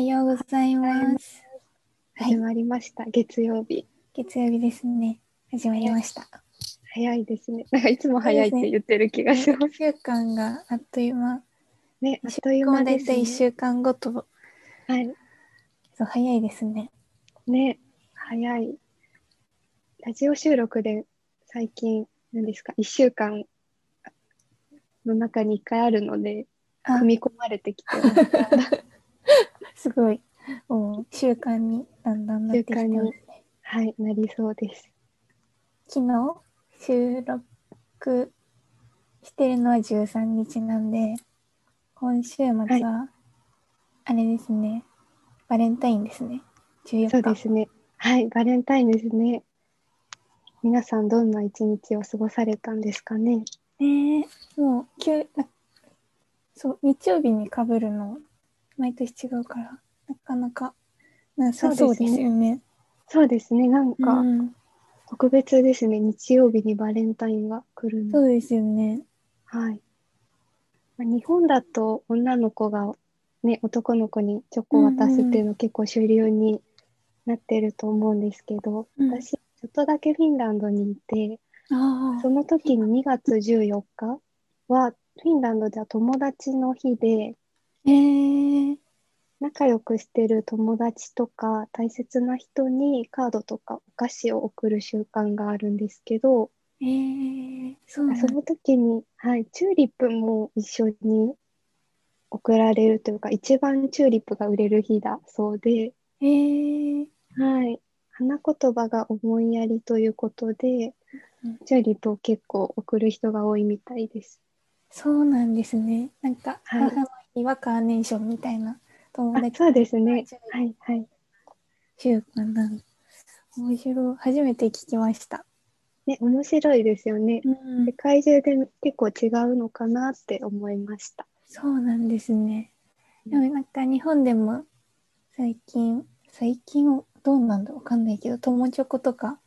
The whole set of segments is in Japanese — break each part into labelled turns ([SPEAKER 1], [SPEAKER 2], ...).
[SPEAKER 1] ようございます。はい
[SPEAKER 2] 始まりました、月曜日。
[SPEAKER 1] 月曜日ですね。始まりました。
[SPEAKER 2] 早いです ね。なんかいつも早いって言ってる気がし ます。
[SPEAKER 1] 1週間があっという間。
[SPEAKER 2] ね、あっという間
[SPEAKER 1] だ
[SPEAKER 2] で
[SPEAKER 1] い
[SPEAKER 2] す
[SPEAKER 1] た
[SPEAKER 2] ね。
[SPEAKER 1] い1週間ごと。
[SPEAKER 2] はい。
[SPEAKER 1] そう早いですね。
[SPEAKER 2] ね、早い。ラジオ収録で最近、何ですか、1週間の中に1回あるので、
[SPEAKER 1] あ
[SPEAKER 2] 組み込まれてきて ます、
[SPEAKER 1] すごい。もう習慣にだんだんなってきてますね。
[SPEAKER 2] はい、なりそうです。
[SPEAKER 1] 昨日収録してるのは13日なんで、今週末は、あれですね、バレンタインですね。14日。
[SPEAKER 2] そうですね。はい、バレンタインですね。皆さんどんな一日を過ごされたんですかね。
[SPEAKER 1] ねえもう急なそう日曜日にかぶるの毎年違うからなかなかなさそうですよね。
[SPEAKER 2] そうですね、なん
[SPEAKER 1] う
[SPEAKER 2] か、
[SPEAKER 1] ん
[SPEAKER 2] 特別ですね。日曜日にバレンタインが来る
[SPEAKER 1] そ
[SPEAKER 2] の。
[SPEAKER 1] うですよね。
[SPEAKER 2] はい。まあ日本だと女の子が、ね、男の子にチョコを渡すっていうの結構主流になってると思うんですけど、
[SPEAKER 1] うん
[SPEAKER 2] 私、ちょっとだけフィンランドにいて、
[SPEAKER 1] あ
[SPEAKER 2] その時に2月14日は、フィンランドでは友達の日で、
[SPEAKER 1] えー、
[SPEAKER 2] 仲良くしてる友達とか大切な人にカードとかお菓子を送る習慣があるんですけど、
[SPEAKER 1] えー、そうなん
[SPEAKER 2] その時に、はい、チューリップも一緒に送られるというか、一番チューリップが売れる日だそうで、
[SPEAKER 1] えー、
[SPEAKER 2] はい、花言葉が思いやりということで
[SPEAKER 1] うん、
[SPEAKER 2] チューリップを結構送る人が多いみたいです。
[SPEAKER 1] そうなんですね。なんか、
[SPEAKER 2] はい
[SPEAKER 1] 母の日はカーネーションみたいな友
[SPEAKER 2] あ
[SPEAKER 1] 達
[SPEAKER 2] そうですね
[SPEAKER 1] チュー。リッ
[SPEAKER 2] はいはい。
[SPEAKER 1] プ習慣なんだ面白い初めて聞きました。
[SPEAKER 2] ね、面白いですよね。
[SPEAKER 1] うん
[SPEAKER 2] 世界中で結構違うのかなって思いました。
[SPEAKER 1] そうなんですね。
[SPEAKER 2] うん
[SPEAKER 1] でもなんか日本でも最近最近どうなんだわかんないけど友チョコとか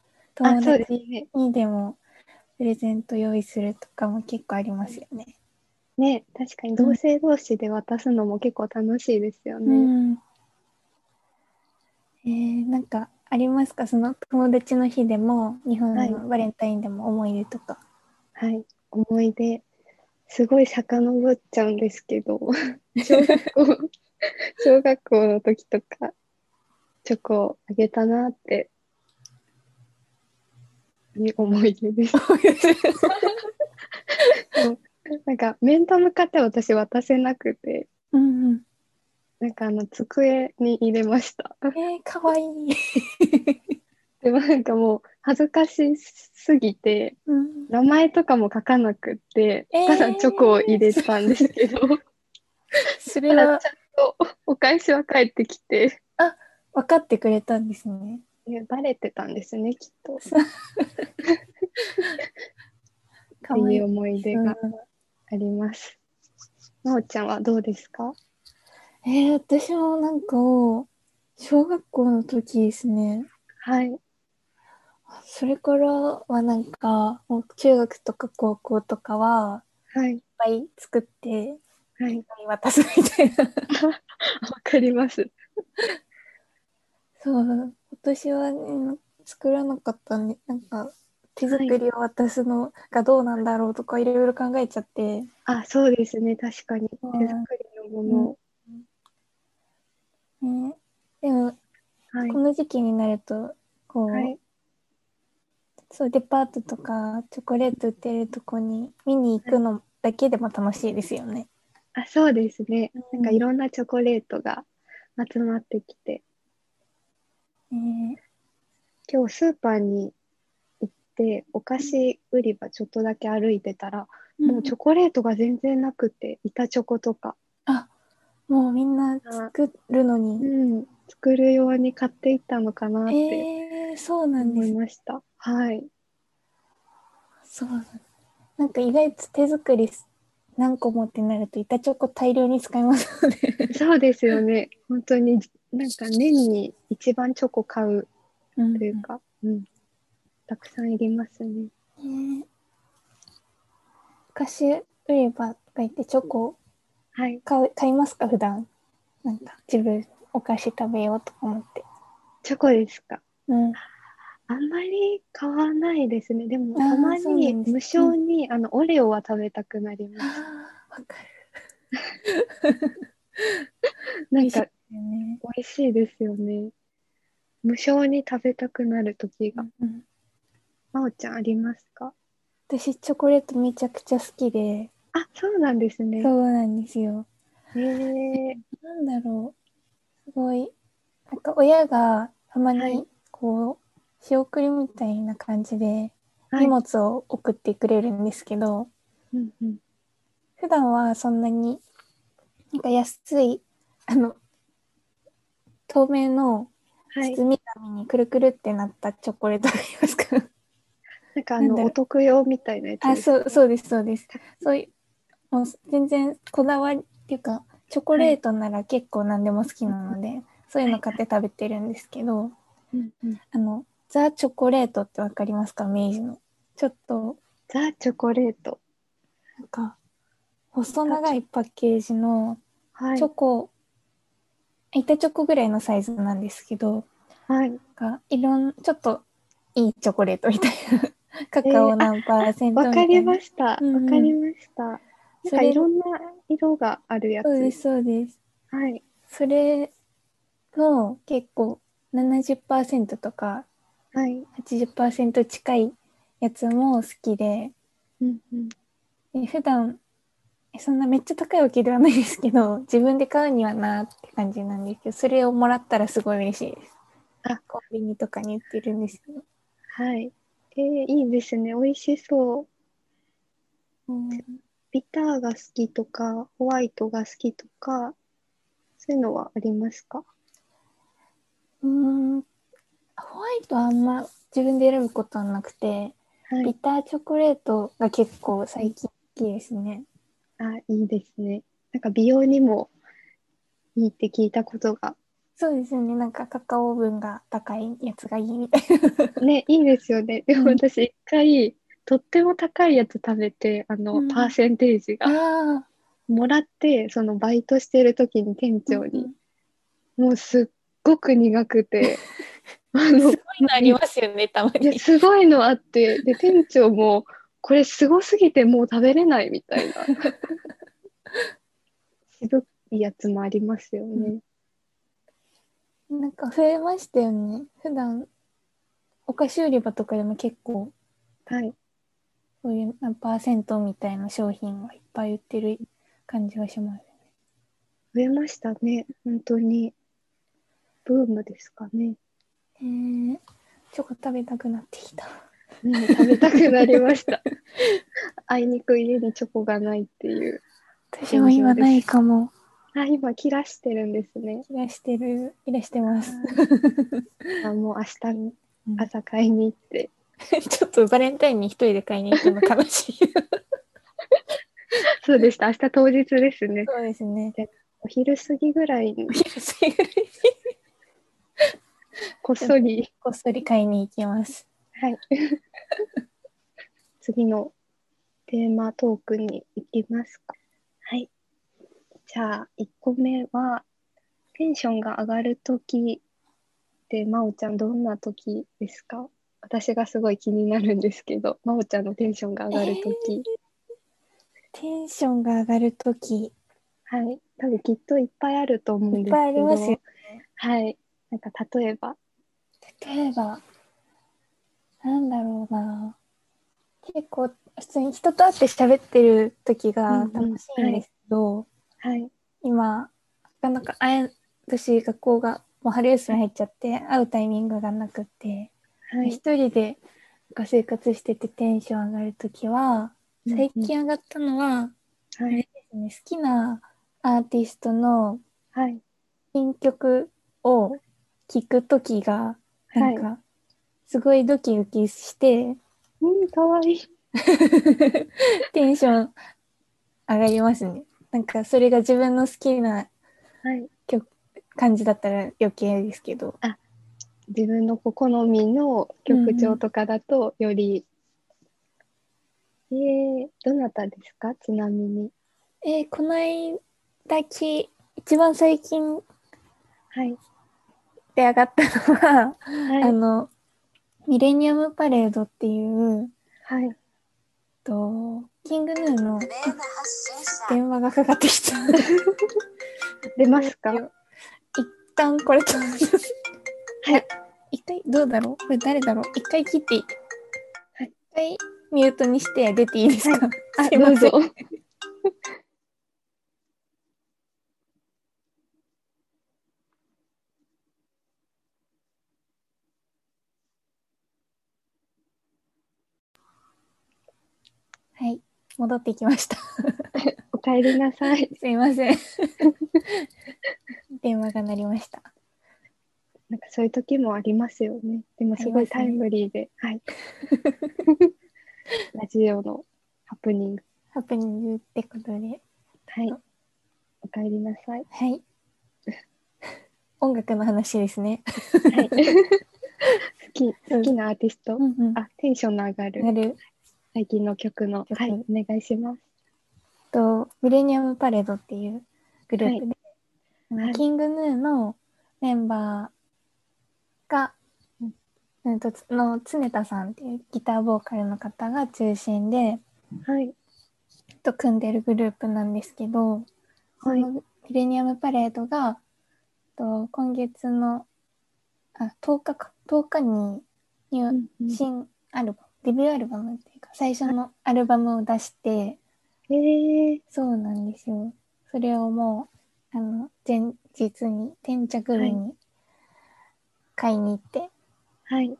[SPEAKER 2] あ、
[SPEAKER 1] 友
[SPEAKER 2] そうで
[SPEAKER 1] 達
[SPEAKER 2] すね。
[SPEAKER 1] にでもプレゼント用意するとかも結構ありますよね。
[SPEAKER 2] ね、確かに同性同士で渡すのも結構楽しいですよ
[SPEAKER 1] う
[SPEAKER 2] ね。
[SPEAKER 1] んえーなんかありますかその友達の日でも日本
[SPEAKER 2] はい
[SPEAKER 1] のバレンタインでも思い出と か。
[SPEAKER 2] はい、思い出、すごい遡っちゃうんですけど、 小学校、 小学校の時とか、チョコをあげたなって、いう思い出 です。なんか、面と向かって私渡せなくて、
[SPEAKER 1] うんうん、
[SPEAKER 2] なんかあの、机に入れました。
[SPEAKER 1] えー、かわいい。
[SPEAKER 2] でもなんかもう、恥ずかしすぎて、
[SPEAKER 1] うん、
[SPEAKER 2] 名前とかも書かなくって、
[SPEAKER 1] えー
[SPEAKER 2] ただチョコを入れたんで すけど、
[SPEAKER 1] そ
[SPEAKER 2] た
[SPEAKER 1] れ
[SPEAKER 2] だ
[SPEAKER 1] は
[SPEAKER 2] ちゃんとお返しは返ってきて、
[SPEAKER 1] 分かってくれたんですね。
[SPEAKER 2] ね、バレてたんですね、きっと。っ
[SPEAKER 1] か
[SPEAKER 2] て
[SPEAKER 1] わい
[SPEAKER 2] い。
[SPEAKER 1] いう
[SPEAKER 2] 思い出
[SPEAKER 1] うん
[SPEAKER 2] があります。なおちゃんはどうですか
[SPEAKER 1] えー、私もなんか小学校の時ですね
[SPEAKER 2] はい。
[SPEAKER 1] それからはなんかもう中学とか高校とかは
[SPEAKER 2] はい。
[SPEAKER 1] いっぱい作って
[SPEAKER 2] はい。
[SPEAKER 1] 渡すみたいな
[SPEAKER 2] わかります。
[SPEAKER 1] そう今年は、ね、作らなかったんでなんか手作りを渡すのがどうなんだろうとかいろいろ考えちゃって
[SPEAKER 2] あ、そうですね、確かに。手
[SPEAKER 1] うん
[SPEAKER 2] 作りのも
[SPEAKER 1] ねでも
[SPEAKER 2] の。はい
[SPEAKER 1] こ。の時期になるとこう、
[SPEAKER 2] はい。
[SPEAKER 1] そうデパートとかチョコレート売ってるとこに見に行くのだけでも楽しいですよね。
[SPEAKER 2] あ、そうですね。
[SPEAKER 1] う
[SPEAKER 2] なんんかいろんなチョコレートが集まってきて、
[SPEAKER 1] ね
[SPEAKER 2] 今日スーパーに行って、お菓子売り場ちょっとだけ歩いてたら、もうチョコレートが全然なくて、板チョコとか。
[SPEAKER 1] あもうみんな作るの
[SPEAKER 2] う
[SPEAKER 1] に。
[SPEAKER 2] ん、作る用に買っていったのかなって
[SPEAKER 1] えー、そうなんで
[SPEAKER 2] 思
[SPEAKER 1] す
[SPEAKER 2] い
[SPEAKER 1] ね。
[SPEAKER 2] ました。はい。
[SPEAKER 1] そうなんなんか意外と手作りす何個もってなると板チョコ大量に使いますので。
[SPEAKER 2] そうですよね。本当に、なんか年に一番チョコ買う
[SPEAKER 1] うん
[SPEAKER 2] というか、うん。たくさんいりますね。
[SPEAKER 1] ねお菓子売り場とか行ってチョコ
[SPEAKER 2] はい。
[SPEAKER 1] 買う買いますか普段なんか自分お菓子食べようとか思って。
[SPEAKER 2] チョコですか
[SPEAKER 1] うん。
[SPEAKER 2] あんまり買わないですね。でも、
[SPEAKER 1] あー
[SPEAKER 2] たま
[SPEAKER 1] そうな
[SPEAKER 2] に
[SPEAKER 1] んです
[SPEAKER 2] 無性に、あの、オレオは食べたくなり
[SPEAKER 1] あ
[SPEAKER 2] ます。
[SPEAKER 1] あ、わかる。
[SPEAKER 2] なんか、
[SPEAKER 1] よね。
[SPEAKER 2] 美味しいですよね。無性に食べたくなる時が。
[SPEAKER 1] うん。
[SPEAKER 2] まおちゃんありますか
[SPEAKER 1] 私、チョコレートめちゃくちゃ好きで、
[SPEAKER 2] あ、そうなんですね。
[SPEAKER 1] そうなんですよ。
[SPEAKER 2] えー、
[SPEAKER 1] なんだろう。すごい。なんか親がたま
[SPEAKER 2] はい
[SPEAKER 1] にこう、仕送りみたいな感じで
[SPEAKER 2] はい
[SPEAKER 1] 荷物を送ってくれるんですけど、
[SPEAKER 2] うんうん。
[SPEAKER 1] 普段はそんなになんか安い、あの、透明の
[SPEAKER 2] はい。
[SPEAKER 1] 包み紙にくるくるってなったチョコレートありますか
[SPEAKER 2] なんかあ
[SPEAKER 1] なん
[SPEAKER 2] の、
[SPEAKER 1] だろう
[SPEAKER 2] お得用みたいなやつ
[SPEAKER 1] あ、
[SPEAKER 2] ですね
[SPEAKER 1] そう、そうです、そうです。そういう、もう全然こだわりっていうか、チョコレートなら結構何でも好きなので、そういうの買って食べてるんですけど、
[SPEAKER 2] うんうん
[SPEAKER 1] あの、ザ・チョコレートってわかりますか明治の。ちょっと、
[SPEAKER 2] ザ・チョコレート。
[SPEAKER 1] なんか、細長いパッケージの
[SPEAKER 2] はい
[SPEAKER 1] チョ。コ、板チョコぐらいのサイズなんですけど、
[SPEAKER 2] はい。
[SPEAKER 1] がいろん、ちょっといいチョコレートみたいな。カカオ何パーセント
[SPEAKER 2] わ
[SPEAKER 1] みた
[SPEAKER 2] か
[SPEAKER 1] いな。
[SPEAKER 2] りました。わか
[SPEAKER 1] うんうん
[SPEAKER 2] りました。
[SPEAKER 1] そ
[SPEAKER 2] なんか
[SPEAKER 1] れ
[SPEAKER 2] いろんな色があるやつ。
[SPEAKER 1] そうです、そうです。
[SPEAKER 2] はい。
[SPEAKER 1] それの結構70%とか
[SPEAKER 2] はい。
[SPEAKER 1] 80%近いやつも好きで、
[SPEAKER 2] うんうん。
[SPEAKER 1] で普段えそんなめっちゃ高いわけではないですけど 自分で買うにはなって感じなんですけどそれをもらったらすごい嬉しいです
[SPEAKER 2] あ
[SPEAKER 1] コンビニとかに売ってるんですけど、
[SPEAKER 2] はい。えー、いいですね。美味しそう。ビターが好きとか、ホワイトが好きとか、そういうのはありますか
[SPEAKER 1] うんホワイトはあんま自分で選ぶことはなくて
[SPEAKER 2] は
[SPEAKER 1] ビ
[SPEAKER 2] い。
[SPEAKER 1] ターチョコレートが結構最近好きですね
[SPEAKER 2] あ、いいですね。なんか美容にもいいって聞いたことが。
[SPEAKER 1] そうですよねなんかカカオ分が高いやつがいいみたい
[SPEAKER 2] ね、いいですよね。でも
[SPEAKER 1] うん
[SPEAKER 2] 私一回、とっても高いやつ食べて、あの、
[SPEAKER 1] うん
[SPEAKER 2] パーセンテージが。
[SPEAKER 1] なあ
[SPEAKER 2] もらって、そのバイトしてる時に店長に、もうすっごく苦く て、あの、
[SPEAKER 1] すごいのありますよねたま
[SPEAKER 2] いや
[SPEAKER 1] に
[SPEAKER 2] すごいのあって、で、店長も、これすごすぎてもう食べれないみたいな。 ひどいやつもありますよね。
[SPEAKER 1] なんか増えましたよね。普段お菓子売り場とかでも結構
[SPEAKER 2] はい。
[SPEAKER 1] そういう何パーセントみたいな商品がいっぱい売ってる感じがします。
[SPEAKER 2] 増えましたね。本当に。ブームですかね。
[SPEAKER 1] えー、チョコ食べたくなってきた。
[SPEAKER 2] ね食べたくなりました。 あいにく家にチョコがないっていう。
[SPEAKER 1] 私も今ないかも。
[SPEAKER 2] あ、今切らしてるんですね。
[SPEAKER 1] いらしてる、いらしてます。
[SPEAKER 2] あもう明日
[SPEAKER 1] うん
[SPEAKER 2] 朝買いに行って。
[SPEAKER 1] ちょっとバレンタインに一人で買いに行くの悲しい。
[SPEAKER 2] そうでした。明日当日ですね。
[SPEAKER 1] そうですね。
[SPEAKER 2] お昼過ぎぐらいに
[SPEAKER 1] お昼過ぎぐらいに
[SPEAKER 2] こっそり、
[SPEAKER 1] こっそり買いに行きます。
[SPEAKER 2] はい。 次のテーマトークに行きますか。はい。じゃあ、1個目は、テンションが上がるときって、まおちゃんどんなときですか私がすごい気になるんですけど、まおちゃんのテンションが上がるとき。
[SPEAKER 1] テンションが上がるとき、
[SPEAKER 2] はい。多分きっといっぱいあると思うんですけど。
[SPEAKER 1] いっぱいありますよね
[SPEAKER 2] はい。なんか例えば。
[SPEAKER 1] 例えば、なんだろうな。結構、普通に人と会って喋ってる時が楽しいんですけど、
[SPEAKER 2] はい。
[SPEAKER 1] 今、なかなか会え、私、学校が、もう春休み入っちゃって、会うタイミングがなくって、
[SPEAKER 2] はい。
[SPEAKER 1] 一人で、なんか生活しててテンション上がる時は、最近上がったのは、
[SPEAKER 2] うん。
[SPEAKER 1] あ
[SPEAKER 2] は
[SPEAKER 1] れ
[SPEAKER 2] い。
[SPEAKER 1] ですね、好きなアーティストの
[SPEAKER 2] はい。
[SPEAKER 1] 新曲を聴く時が、な
[SPEAKER 2] は
[SPEAKER 1] ん
[SPEAKER 2] い。
[SPEAKER 1] か、すごいドキドキして、
[SPEAKER 2] うん、かわいい。
[SPEAKER 1] テンション上がりますね。なんか、それが自分の好きな
[SPEAKER 2] はい。
[SPEAKER 1] 感じだったら余計ですけど。
[SPEAKER 2] 自分の好みの曲調とかだと、より、えー、どなたですかちなみに。
[SPEAKER 1] えーこの間き、一番最近
[SPEAKER 2] はい。
[SPEAKER 1] で上がったのは、
[SPEAKER 2] は
[SPEAKER 1] あ
[SPEAKER 2] い。
[SPEAKER 1] の、ミレニアムパレードっていう、
[SPEAKER 2] はい。
[SPEAKER 1] とキングヌーの電話がかかってきた。
[SPEAKER 2] 出ますか
[SPEAKER 1] 一旦これと。はい。一回、どうだろうこれ誰だろう一回切っていい
[SPEAKER 2] はい。
[SPEAKER 1] 一回ミュートにして出ていいですか、
[SPEAKER 2] あ、
[SPEAKER 1] すいま
[SPEAKER 2] ど
[SPEAKER 1] せ
[SPEAKER 2] うんぞ。
[SPEAKER 1] はい。戻ってきました。
[SPEAKER 2] お帰りなさい。
[SPEAKER 1] すいません。 電話が鳴りました。
[SPEAKER 2] なんかそういう時もありますよね。でもすごいタイムリーで。 はい。ラジオのハプニング。
[SPEAKER 1] ハプニングってことで。
[SPEAKER 2] はい。お帰りなさい。
[SPEAKER 1] はい。音楽の話ですね。
[SPEAKER 2] はい。好き、好きなアーティスト。
[SPEAKER 1] んうん
[SPEAKER 2] あ、テンションの上がる
[SPEAKER 1] なる
[SPEAKER 2] 最近の曲の。
[SPEAKER 1] 曲
[SPEAKER 2] はい。お願いします。
[SPEAKER 1] と、ミレニアムパレードっていうグループで、
[SPEAKER 2] はい
[SPEAKER 1] キングヌーのメンバーが、うんと、つの常田さんっていうギターボーカルの方が中心で、
[SPEAKER 2] はい。
[SPEAKER 1] と組んでるグループなんですけど、
[SPEAKER 2] はい
[SPEAKER 1] そ。のミレニアムパレードが、と今月のあ10日か10日にニュー
[SPEAKER 2] うんうん
[SPEAKER 1] 新アルバムデビューアルバムっていうか最初のアルバムを出して
[SPEAKER 2] えー、
[SPEAKER 1] そうなんですよそれをもうあの前日に転着日に買いに行って、
[SPEAKER 2] はい。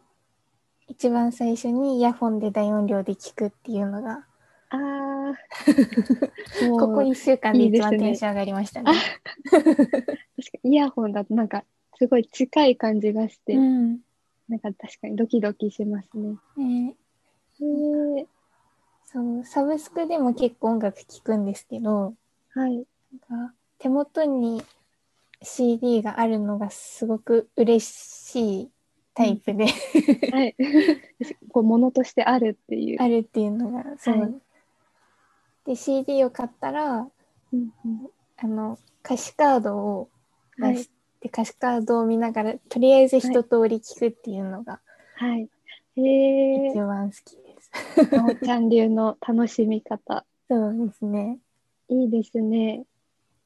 [SPEAKER 1] 一番最初にイヤホンで大音量で聴くっていうのが
[SPEAKER 2] あー。
[SPEAKER 1] ここ
[SPEAKER 2] こ
[SPEAKER 1] 1週間で
[SPEAKER 2] いいで
[SPEAKER 1] 一
[SPEAKER 2] すね
[SPEAKER 1] 番テンション上がりましたね。
[SPEAKER 2] 確かにイヤホンだとなんかすごい近い感じがして、
[SPEAKER 1] うん
[SPEAKER 2] なんか確かにドキドキしますね。
[SPEAKER 1] ね
[SPEAKER 2] へえ
[SPEAKER 1] そうサブスクでも結構音楽聴くんですけど
[SPEAKER 2] はい。
[SPEAKER 1] なんか手元に CD があるのがすごく嬉しいタイプで、
[SPEAKER 2] はい。 こう物としてあるってい う。
[SPEAKER 1] あるっていうのがそう、
[SPEAKER 2] はい
[SPEAKER 1] で CD を買ったら
[SPEAKER 2] うんうん
[SPEAKER 1] あの歌詞カードを
[SPEAKER 2] は
[SPEAKER 1] 出
[SPEAKER 2] い
[SPEAKER 1] し。て、歌詞カードを見ながらとりあえず一通り聞くっていうのが
[SPEAKER 2] はい。へ
[SPEAKER 1] 一
[SPEAKER 2] え
[SPEAKER 1] 番好きです、
[SPEAKER 2] なおちゃん流の楽しみ方。
[SPEAKER 1] そうですね
[SPEAKER 2] いいですね。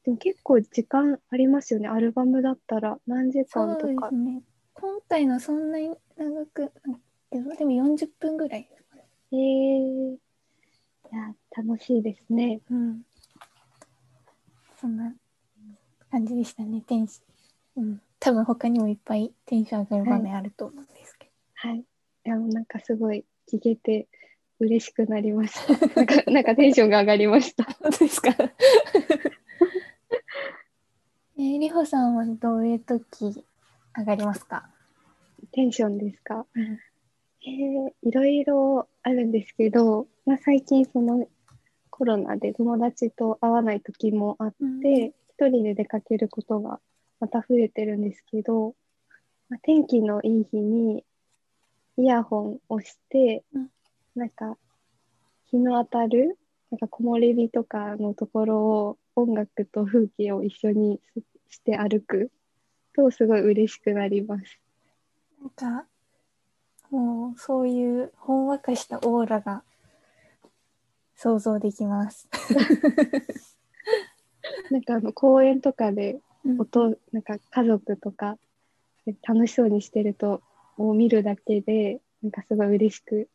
[SPEAKER 2] でも結構時間ありますよね。アルバムだったら何時
[SPEAKER 1] そう
[SPEAKER 2] 間と
[SPEAKER 1] で
[SPEAKER 2] か
[SPEAKER 1] す。ね今回のそんなに長くでもでも40分ぐらいですかね
[SPEAKER 2] へえいや、楽しいですね。
[SPEAKER 1] うんそんな感じでしたね天使うん多分他にもいっぱいテンション上がる場面あると思うんですけど、
[SPEAKER 2] はい。いや、もうなんかすごい聞けて嬉しくなりました。 なんか、なんかテンションが上がりました。
[SPEAKER 1] 本当ですか えー、りほさんはどういう時上がりますか、
[SPEAKER 2] テンションですか
[SPEAKER 1] うん
[SPEAKER 2] えーいろいろあるんですけど、まあ、最近そのコロナで友達と会わない時もあって、一人で出かけることがまた増えてるんですけど、まあ、天気のいい日にイヤホンをして、
[SPEAKER 1] うん
[SPEAKER 2] なんか日の当たるなんか木漏れ日とかのところを音楽と風景を一緒にしして歩くとすごい嬉しくなります。
[SPEAKER 1] なんかもうそういうほんわかしたオーラが想像できます、
[SPEAKER 2] なんかあの公園とかで音なんか家族とかで楽しそうにしてるとを見るだけでなんかすごい嬉し く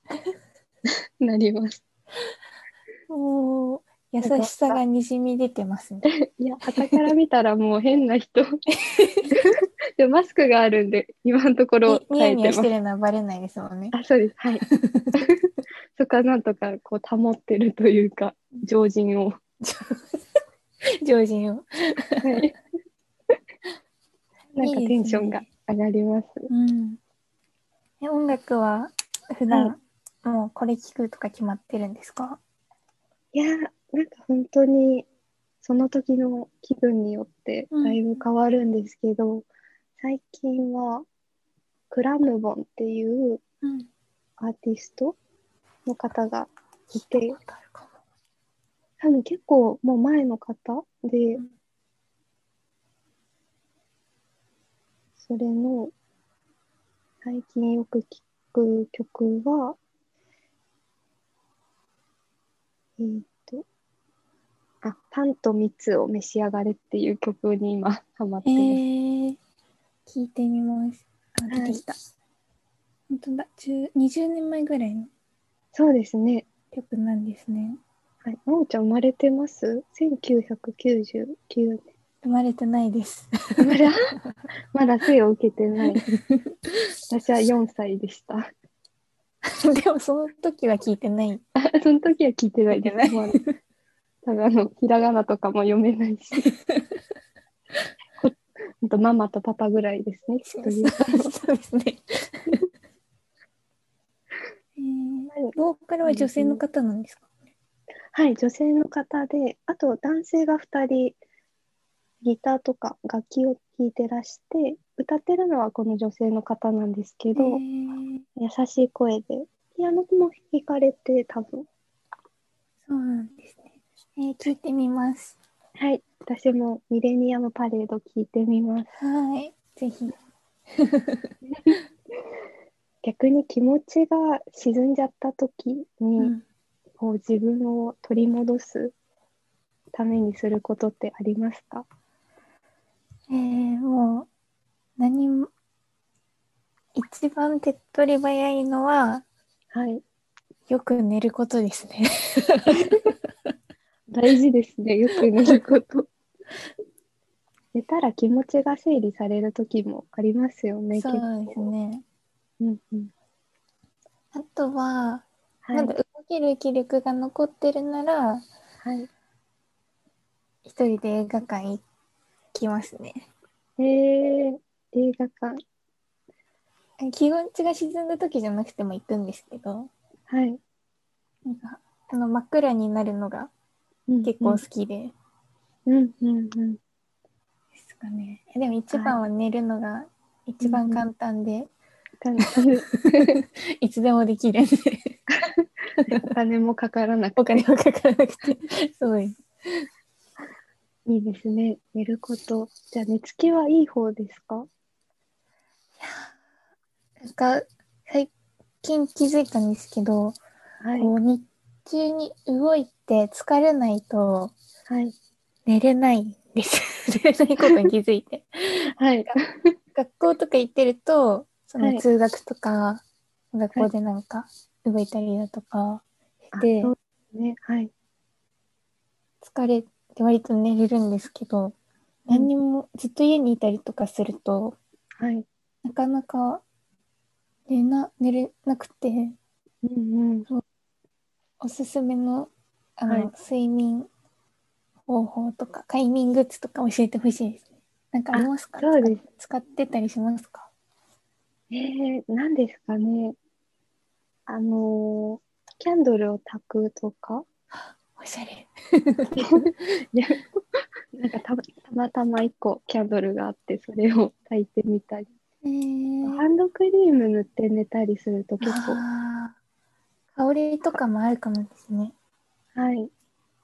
[SPEAKER 2] なります。
[SPEAKER 1] もう優しさがにじみ出てますね
[SPEAKER 2] いや傍から見たらもう変な人でもマスクがあるんで今のところ
[SPEAKER 1] ニヤ
[SPEAKER 2] 耐え
[SPEAKER 1] ニ
[SPEAKER 2] て
[SPEAKER 1] ヤ
[SPEAKER 2] ま
[SPEAKER 1] し
[SPEAKER 2] す
[SPEAKER 1] て。るのはバレないですもんね
[SPEAKER 2] あそうです はい。そこはなんとかこう保ってるというか常人 を。
[SPEAKER 1] 常人を
[SPEAKER 2] はいなんかテンションが上がります。
[SPEAKER 1] うんえ音楽は普段、もうこれ聞くとか決まってるんですか
[SPEAKER 2] いやー、なんか本当にその時の気分によってだいぶ変わるんですけど、最近はクラムボンっていう
[SPEAKER 1] うん
[SPEAKER 2] アーティストの方が
[SPEAKER 1] 聞
[SPEAKER 2] い
[SPEAKER 1] い
[SPEAKER 2] て
[SPEAKER 1] た、ことあるかも
[SPEAKER 2] 多分結構もう前の方で
[SPEAKER 1] うん、
[SPEAKER 2] それの最近よく聴く曲は、えっ、と、あ、パンと蜜を召し上がれっていう曲に今ハマって
[SPEAKER 1] え
[SPEAKER 2] ます。
[SPEAKER 1] ー、聞いてみます。あ、出てきた。本当だ、10 20年前ぐらいの
[SPEAKER 2] そうですね。
[SPEAKER 1] 曲なんですね。
[SPEAKER 2] はい。まおちゃん生まれてます ?1999 年。
[SPEAKER 1] 生まれてないです。
[SPEAKER 2] まだ まだ生を受けてない。私は4歳でした。
[SPEAKER 1] でもその時は聞いてない。
[SPEAKER 2] その時は聞いてないです。
[SPEAKER 1] 聞いて
[SPEAKER 2] まあ多分あの、ひらがなとかも読めな いし。こあとママとパパぐらいですね。きっと言う
[SPEAKER 1] そうです ね。えー、ボーカルは女性の方なんですか。
[SPEAKER 2] はい、女性の方で、あと男性が2人、ギターとか楽器を弾いてらして、歌ってるのはこの女性の方なんですけど、
[SPEAKER 1] えー
[SPEAKER 2] 優しい声で、ピアノも弾かれて、多分
[SPEAKER 1] そうなんですね。えー、聞いてみます。
[SPEAKER 2] はい、私もミレニアムパレード聞いてみます。
[SPEAKER 1] はい、ぜひ。
[SPEAKER 2] 逆に気持ちが沈んじゃった時に、
[SPEAKER 1] うん
[SPEAKER 2] こう自分を取り戻すためにすることってありますか
[SPEAKER 1] えー、もう何も一番手っ取り早いのは
[SPEAKER 2] はい、
[SPEAKER 1] よく寝ることですね。
[SPEAKER 2] 大事です ね。よく寝ること。寝たら気持ちが整理される時もありますよね。
[SPEAKER 1] そうですね。
[SPEAKER 2] 結構。うんうん。
[SPEAKER 1] あとは、
[SPEAKER 2] はい。
[SPEAKER 1] まだ動ける気力が残ってるなら
[SPEAKER 2] はい。
[SPEAKER 1] 一人で映画館行きますね。
[SPEAKER 2] えー、映画館。
[SPEAKER 1] 気持ちが沈んだ時じゃなくても行くんですけど
[SPEAKER 2] はい。
[SPEAKER 1] なんかあの真っ暗になるのが
[SPEAKER 2] うんうん
[SPEAKER 1] 結構好きで、
[SPEAKER 2] うんうんうん。
[SPEAKER 1] ですかねえでも一番は寝るのが一番簡単で、
[SPEAKER 2] 簡単に
[SPEAKER 1] いつでもできるんで
[SPEAKER 2] お金もかからなく
[SPEAKER 1] お金はかからなくてすごい
[SPEAKER 2] いいですね。寝ること。じゃあ、寝つきはいい方ですか
[SPEAKER 1] なんか最近気づいたんですけど、
[SPEAKER 2] はい。
[SPEAKER 1] こう日中に動いて疲れないと
[SPEAKER 2] はい。
[SPEAKER 1] 寝れないんです 寝れないことに気づいて
[SPEAKER 2] はい。
[SPEAKER 1] 学校とか行ってるとそ
[SPEAKER 2] は
[SPEAKER 1] の
[SPEAKER 2] い
[SPEAKER 1] 通学とか、学校でなんか動いたりだとかして、
[SPEAKER 2] あそうですね。はい。
[SPEAKER 1] 疲れて割と寝れるんですけど何にもずっと家にいたりとかすると
[SPEAKER 2] はい。
[SPEAKER 1] なかなか寝な寝れなくて
[SPEAKER 2] うんうん。
[SPEAKER 1] おすすめのあの、
[SPEAKER 2] はい
[SPEAKER 1] 睡眠方法とか快眠グッズとか教えてほしいですね。なんかありますか
[SPEAKER 2] あそうです
[SPEAKER 1] 使ってたりしますか
[SPEAKER 2] えー、何ですかね。あのーキャンドルを焚くとか、
[SPEAKER 1] おしゃれ。
[SPEAKER 2] なんかたたまたま一個キャンドルがあって、それを焚いてみたり、
[SPEAKER 1] えー
[SPEAKER 2] ハンドクリーム塗って寝たりすると結構、
[SPEAKER 1] あー香りとかもあるかもですね。
[SPEAKER 2] はい、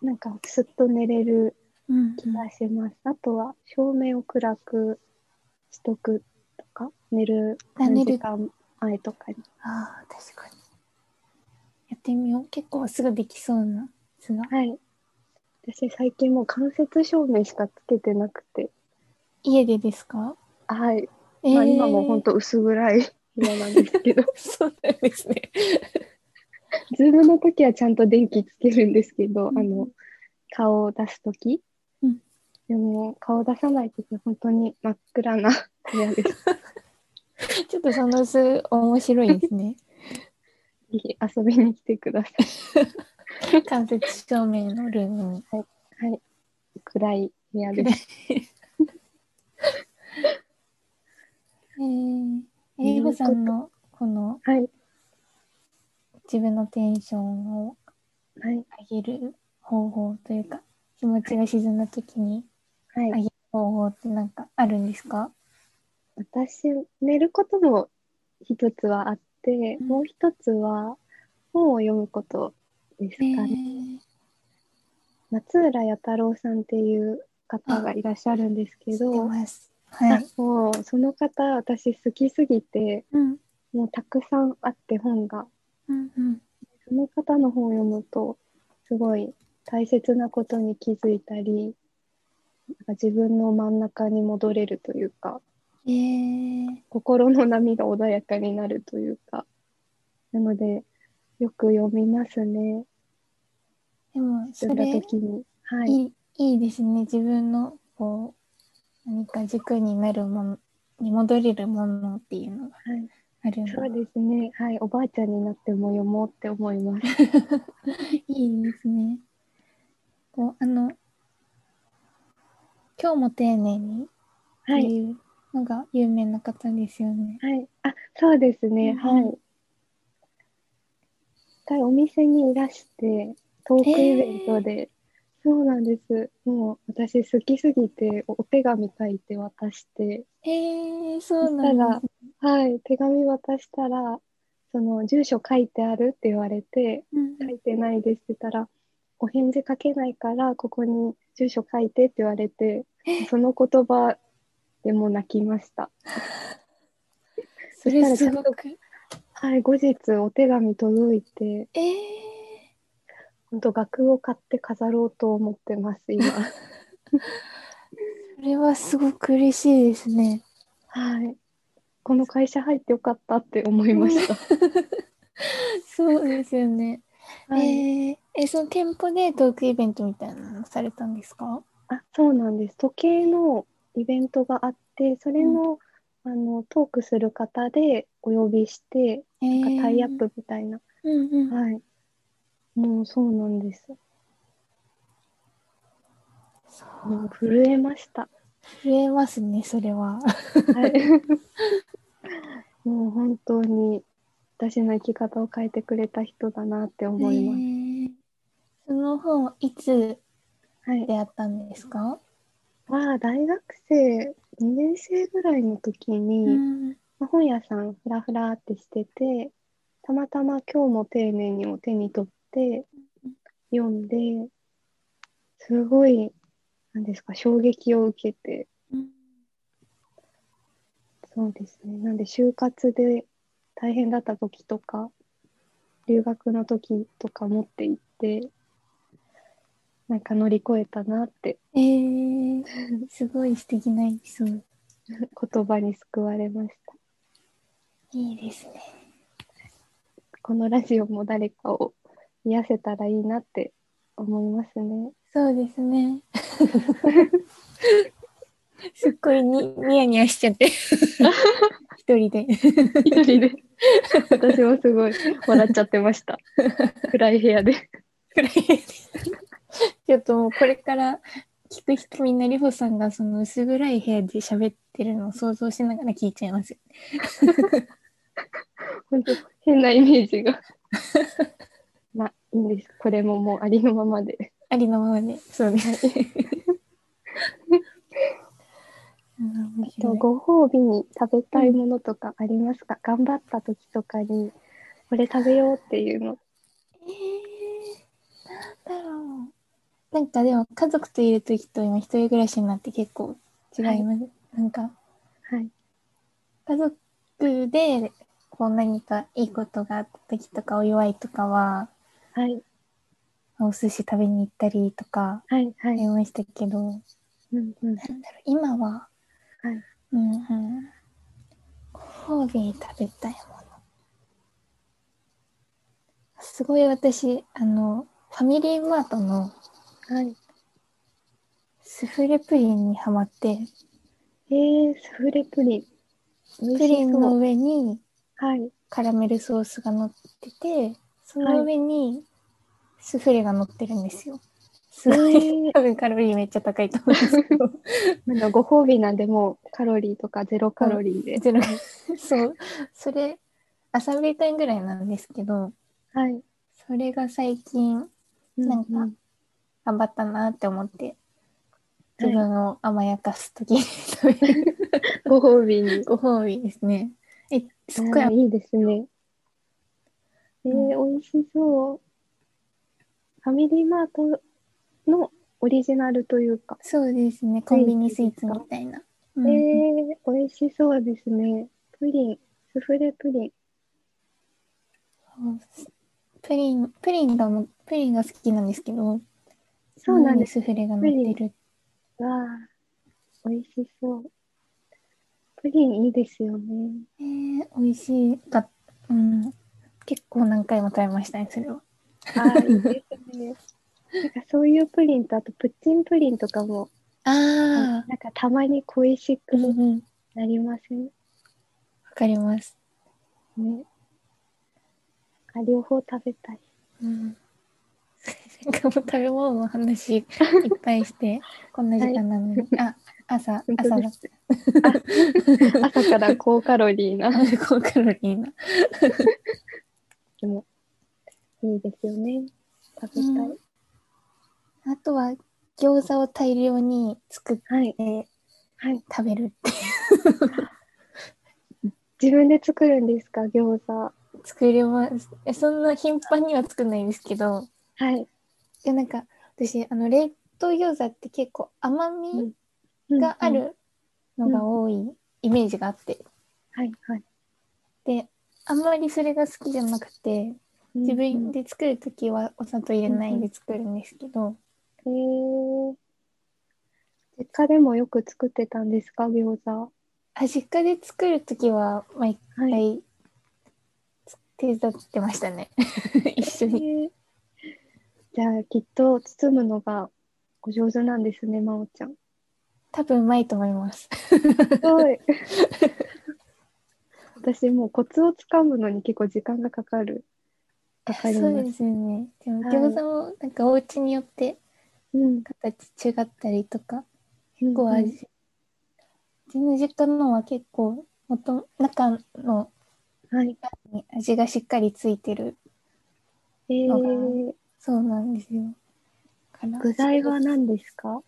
[SPEAKER 2] なんかすっと寝れる
[SPEAKER 1] うん
[SPEAKER 2] 気がします。あとは照明を暗くしとくとか、寝る
[SPEAKER 1] あ
[SPEAKER 2] 何
[SPEAKER 1] 寝
[SPEAKER 2] 時
[SPEAKER 1] る
[SPEAKER 2] 間前とかに。
[SPEAKER 1] ああ確かに。やってみよう。結構すぐできそうなすが。
[SPEAKER 2] はい。私最近もう間接照明しかつけてなくて、
[SPEAKER 1] 家でですか？
[SPEAKER 2] はい。
[SPEAKER 1] え
[SPEAKER 2] まあ、今も本
[SPEAKER 1] 当。
[SPEAKER 2] 当薄暗い今なんですけど、
[SPEAKER 1] そうなんですね。
[SPEAKER 2] ズームの時はちゃんと電気つけるんですけど、
[SPEAKER 1] うん
[SPEAKER 2] あの顔を出す時、
[SPEAKER 1] うん
[SPEAKER 2] でも顔を出さない時本当に真っ暗な 部屋です
[SPEAKER 1] ちょっとその図面白いです ね。
[SPEAKER 2] ぜひ遊びに来てください、
[SPEAKER 1] 間接照明のルームに。
[SPEAKER 2] はい、暗い部屋です
[SPEAKER 1] えー、えりほさんのこの
[SPEAKER 2] はいはい
[SPEAKER 1] 自分のテンションを上げる方法というか気持ちが沈んだ時に
[SPEAKER 2] はい、
[SPEAKER 1] 上げる方法ってなんかあるんですか？
[SPEAKER 2] 私寝ることも一つはあって、
[SPEAKER 1] うん
[SPEAKER 2] もう一つは本を読むことですか
[SPEAKER 1] え
[SPEAKER 2] ね、
[SPEAKER 1] ー
[SPEAKER 2] 松浦弥太郎さんっていう方がいらっしゃるんですけ
[SPEAKER 1] 知って
[SPEAKER 2] ど、
[SPEAKER 1] ます。は
[SPEAKER 2] あ
[SPEAKER 1] い。
[SPEAKER 2] もうその方私好きすぎて
[SPEAKER 1] うん。
[SPEAKER 2] もうたくさんあって本が
[SPEAKER 1] うんうん。
[SPEAKER 2] その方の本を読むとすごい大切なことに気づいたりなんか自分の真ん中に戻れるというか
[SPEAKER 1] えー、
[SPEAKER 2] 心の波が穏やかになるというかなのでよく読みますね
[SPEAKER 1] でもそ
[SPEAKER 2] 読んだ
[SPEAKER 1] れい
[SPEAKER 2] 時に。はい、
[SPEAKER 1] いいいですね自分のこう何か軸になるものに戻れるものっていうのが
[SPEAKER 2] はい
[SPEAKER 1] あるの
[SPEAKER 2] そ
[SPEAKER 1] が
[SPEAKER 2] うですね、はい、おばあちゃんになっても読もうって思います。
[SPEAKER 1] いいですね。こうあの今日も丁寧にって
[SPEAKER 2] はい、
[SPEAKER 1] いうのが有名な方ですよね。
[SPEAKER 2] はい、あ、そうですね、
[SPEAKER 1] うんうん
[SPEAKER 2] はい。一回お店にいらして、トークイベントで、そうなんです。もう私好きすぎて、おお手紙書いて渡して、
[SPEAKER 1] へえー、そ
[SPEAKER 2] そうし
[SPEAKER 1] な
[SPEAKER 2] た
[SPEAKER 1] ん
[SPEAKER 2] ら
[SPEAKER 1] です。、
[SPEAKER 2] はい、手紙渡したら、その住所書いてあるって言われて、
[SPEAKER 1] うん
[SPEAKER 2] 書いてないですって言ったら、お返事書けないから、ここに住所書いてって言われて、その言葉でも泣きました。
[SPEAKER 1] それすごく。
[SPEAKER 2] はい、後日お手紙届いて、
[SPEAKER 1] えー、
[SPEAKER 2] 本当額を買って飾ろうと思ってます、 今。
[SPEAKER 1] それはすごく嬉しいですね。
[SPEAKER 2] はい。この会社入ってよかったって思いました。
[SPEAKER 1] そうですよね。
[SPEAKER 2] はい、
[SPEAKER 1] えー、えその店舗でトークイベントみたいなのされたんですか
[SPEAKER 2] あ、そうなんです。時計のイベントがあって、それの、あのトークする方でお呼びして、
[SPEAKER 1] え
[SPEAKER 2] なん
[SPEAKER 1] ー、
[SPEAKER 2] かタイアッ。プみたいな。
[SPEAKER 1] うんうん。
[SPEAKER 2] はい。もうそうなんです。
[SPEAKER 1] そ
[SPEAKER 2] もう
[SPEAKER 1] う
[SPEAKER 2] 震えました。
[SPEAKER 1] 震えますねそれは。
[SPEAKER 2] はい。 もう本当に私の生き方を変えてくれた人だなって思います。
[SPEAKER 1] えーその本いつ
[SPEAKER 2] はい。
[SPEAKER 1] 出会ったんですか、
[SPEAKER 2] は大学生2年生ぐらいの時に、
[SPEAKER 1] うん、
[SPEAKER 2] まあ本屋さんふらふらってしててたまたま「今日も丁寧に」を手に取って読んですごいなんですか衝撃を受けてそうですねなんで就活で大変だった時とか留学の時とか持って行ってなんか乗り越えたなって
[SPEAKER 1] えー、すごい素敵なエピソード。
[SPEAKER 2] 言葉に救われました。
[SPEAKER 1] いいですね。
[SPEAKER 2] このラジオも誰かを癒せたらいいなって思いますね。
[SPEAKER 1] そうですね。 すっごいにニヤニヤしちゃって。 一人で。
[SPEAKER 2] 一人で。私もすごい笑っちゃってました。暗い部屋で。
[SPEAKER 1] ちょっともうこれから聞く人みんなりほさんがその薄暗い部屋で喋ってるのを想像しながら聞いちゃいますよ。
[SPEAKER 2] 本当変なイメージ が。まあいいんです。これももうありのままで。
[SPEAKER 1] ありのままで。そうです。うん面
[SPEAKER 2] と
[SPEAKER 1] 白い
[SPEAKER 2] ご褒美に食べたいものとかありますか、頑張った時とかにこれ食べようっていうの。
[SPEAKER 1] えー、なんだろう。なんかでも家族といる時と今一人暮らしになって結構違います。なんか
[SPEAKER 2] はい。
[SPEAKER 1] 家族でこう何かいいことがあった時とかお祝いとかは
[SPEAKER 2] はい。
[SPEAKER 1] お寿司食べに行ったりとか
[SPEAKER 2] はい。は
[SPEAKER 1] あり
[SPEAKER 2] い。
[SPEAKER 1] ましたけど、
[SPEAKER 2] うんうん。は
[SPEAKER 1] なんだろう今は、
[SPEAKER 2] い。
[SPEAKER 1] うんうん、ご褒美に食べたいものすごい私あのファミリーマートの
[SPEAKER 2] はい。
[SPEAKER 1] スフレプリンにハマって
[SPEAKER 2] えー、スフレプリン。美
[SPEAKER 1] プ
[SPEAKER 2] 味
[SPEAKER 1] リ
[SPEAKER 2] し
[SPEAKER 1] ン
[SPEAKER 2] そ
[SPEAKER 1] の
[SPEAKER 2] う。
[SPEAKER 1] 上に
[SPEAKER 2] はい。
[SPEAKER 1] カラメルソースが乗っててその上にスフレが乗ってるんですよ。すごい、
[SPEAKER 2] へえ
[SPEAKER 1] 多分カロリーめっちゃ高いと思うんですけど
[SPEAKER 2] あのご褒美なんでもうカロリーとかゼロカロリーで。
[SPEAKER 1] ゼロ がそうそれあ3秒間ぐらいなんですけど
[SPEAKER 2] はい。
[SPEAKER 1] それが最近なんか頑張ったなって思って
[SPEAKER 2] はい
[SPEAKER 1] 自分を甘やかす時に食べる、
[SPEAKER 2] ご褒美に。
[SPEAKER 1] ご褒美ですね。えすっごい
[SPEAKER 2] あーいいですね。えー、美味しそう。ファミリーマートのオリジナルというか。
[SPEAKER 1] そうですねコンビニスイーツみたいな。う
[SPEAKER 2] え
[SPEAKER 1] んうん
[SPEAKER 2] ー、美味しそうですね。プリン、スフレプリン。
[SPEAKER 1] そうプリン、プリンがも、プリンが好きなんですけど、
[SPEAKER 2] そうなんです。
[SPEAKER 1] す。スフレが乗ってる。
[SPEAKER 2] わあ、美味しそう。プリンいいですよね。
[SPEAKER 1] えー、美味しいが、うん。結構何回も食べましたね、それは。
[SPEAKER 2] あーいいですね。なんかそういうプリンと、あとプッチンプリンとかも、なん
[SPEAKER 1] ああ、
[SPEAKER 2] かたまに恋しく
[SPEAKER 1] うんうん。わ
[SPEAKER 2] なりません
[SPEAKER 1] かります。
[SPEAKER 2] ね。なんか両方食べたい。
[SPEAKER 1] うん。なんかもう食べ物の話いっぱい して、こんな時間なのに。あ、朝、
[SPEAKER 2] 本
[SPEAKER 1] 朝
[SPEAKER 2] 当
[SPEAKER 1] の
[SPEAKER 2] です。あ 朝から高カロリーな。
[SPEAKER 1] 高カロリーな。
[SPEAKER 2] でも、いいですよね。食べたい。
[SPEAKER 1] あとは、餃子を大量に作っ
[SPEAKER 2] はい。
[SPEAKER 1] て
[SPEAKER 2] はい。
[SPEAKER 1] 食べるって。
[SPEAKER 2] 自分で作るんですか、餃子。は
[SPEAKER 1] 作れます。えそんな頻繁には作んないんですけど、
[SPEAKER 2] い。
[SPEAKER 1] いやなんか、私、あの、冷凍餃子って結構甘みがあ
[SPEAKER 2] うんうん。
[SPEAKER 1] るのが多いイメージがあって、
[SPEAKER 2] はいはい。
[SPEAKER 1] で、あんまりそれが好きじゃなくて、自分
[SPEAKER 2] で。
[SPEAKER 1] で作るときはお砂糖入れないで作るんですけど、
[SPEAKER 2] えー。実家でもよく作ってたんですか、餃子。
[SPEAKER 1] あ実家で作るときは毎
[SPEAKER 2] はい。
[SPEAKER 1] 回つ手伝ってましたね 一緒に
[SPEAKER 2] えーじゃあきっと包むのがお上手なんですね、まおちゃ ん。
[SPEAKER 1] 多分うまいと思います
[SPEAKER 2] すごい。私もうコツをつかむのに結構時間がかかる。わかり
[SPEAKER 1] そ
[SPEAKER 2] ま
[SPEAKER 1] う
[SPEAKER 2] す
[SPEAKER 1] ですよねでも
[SPEAKER 2] はい
[SPEAKER 1] 餃子もなんかお家によって
[SPEAKER 2] うん。
[SPEAKER 1] 形違ったりとか
[SPEAKER 2] 結
[SPEAKER 1] 結構味、うちの実家のは結構元中の
[SPEAKER 2] はい。
[SPEAKER 1] 味がしっかりついてる
[SPEAKER 2] えー、
[SPEAKER 1] そうなんですよだから
[SPEAKER 2] 具材は何ですかは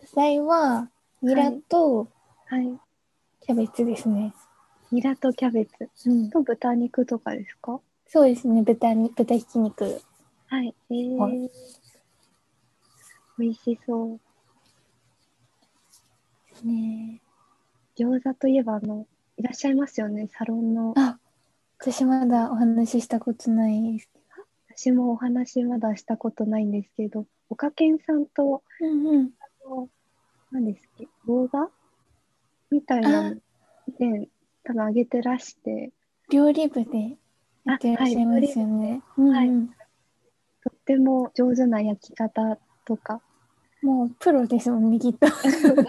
[SPEAKER 1] 具材はニラと
[SPEAKER 2] い。
[SPEAKER 1] キャベツですね、
[SPEAKER 2] ニラとキャベツ
[SPEAKER 1] うん
[SPEAKER 2] と豚肉とかですか
[SPEAKER 1] そうですね豚に豚ひき肉
[SPEAKER 2] はい。えー、
[SPEAKER 1] は
[SPEAKER 2] 美味しそう。
[SPEAKER 1] ね
[SPEAKER 2] 餃子といえばあの、いらっしゃいますよね、サロンの。
[SPEAKER 1] あ私まだお話ししたことないですけ
[SPEAKER 2] 私もお話まだしたことないんですけど、おかけんさんと、
[SPEAKER 1] どうんうん
[SPEAKER 2] あの何ですっけ、動画みたいなの
[SPEAKER 1] あ
[SPEAKER 2] 以前多分上げてらして、
[SPEAKER 1] 料理部でやってらっしゃいますよね、うんうん
[SPEAKER 2] はいとっても上手な焼き方とか、
[SPEAKER 1] もうプロですもんねきっと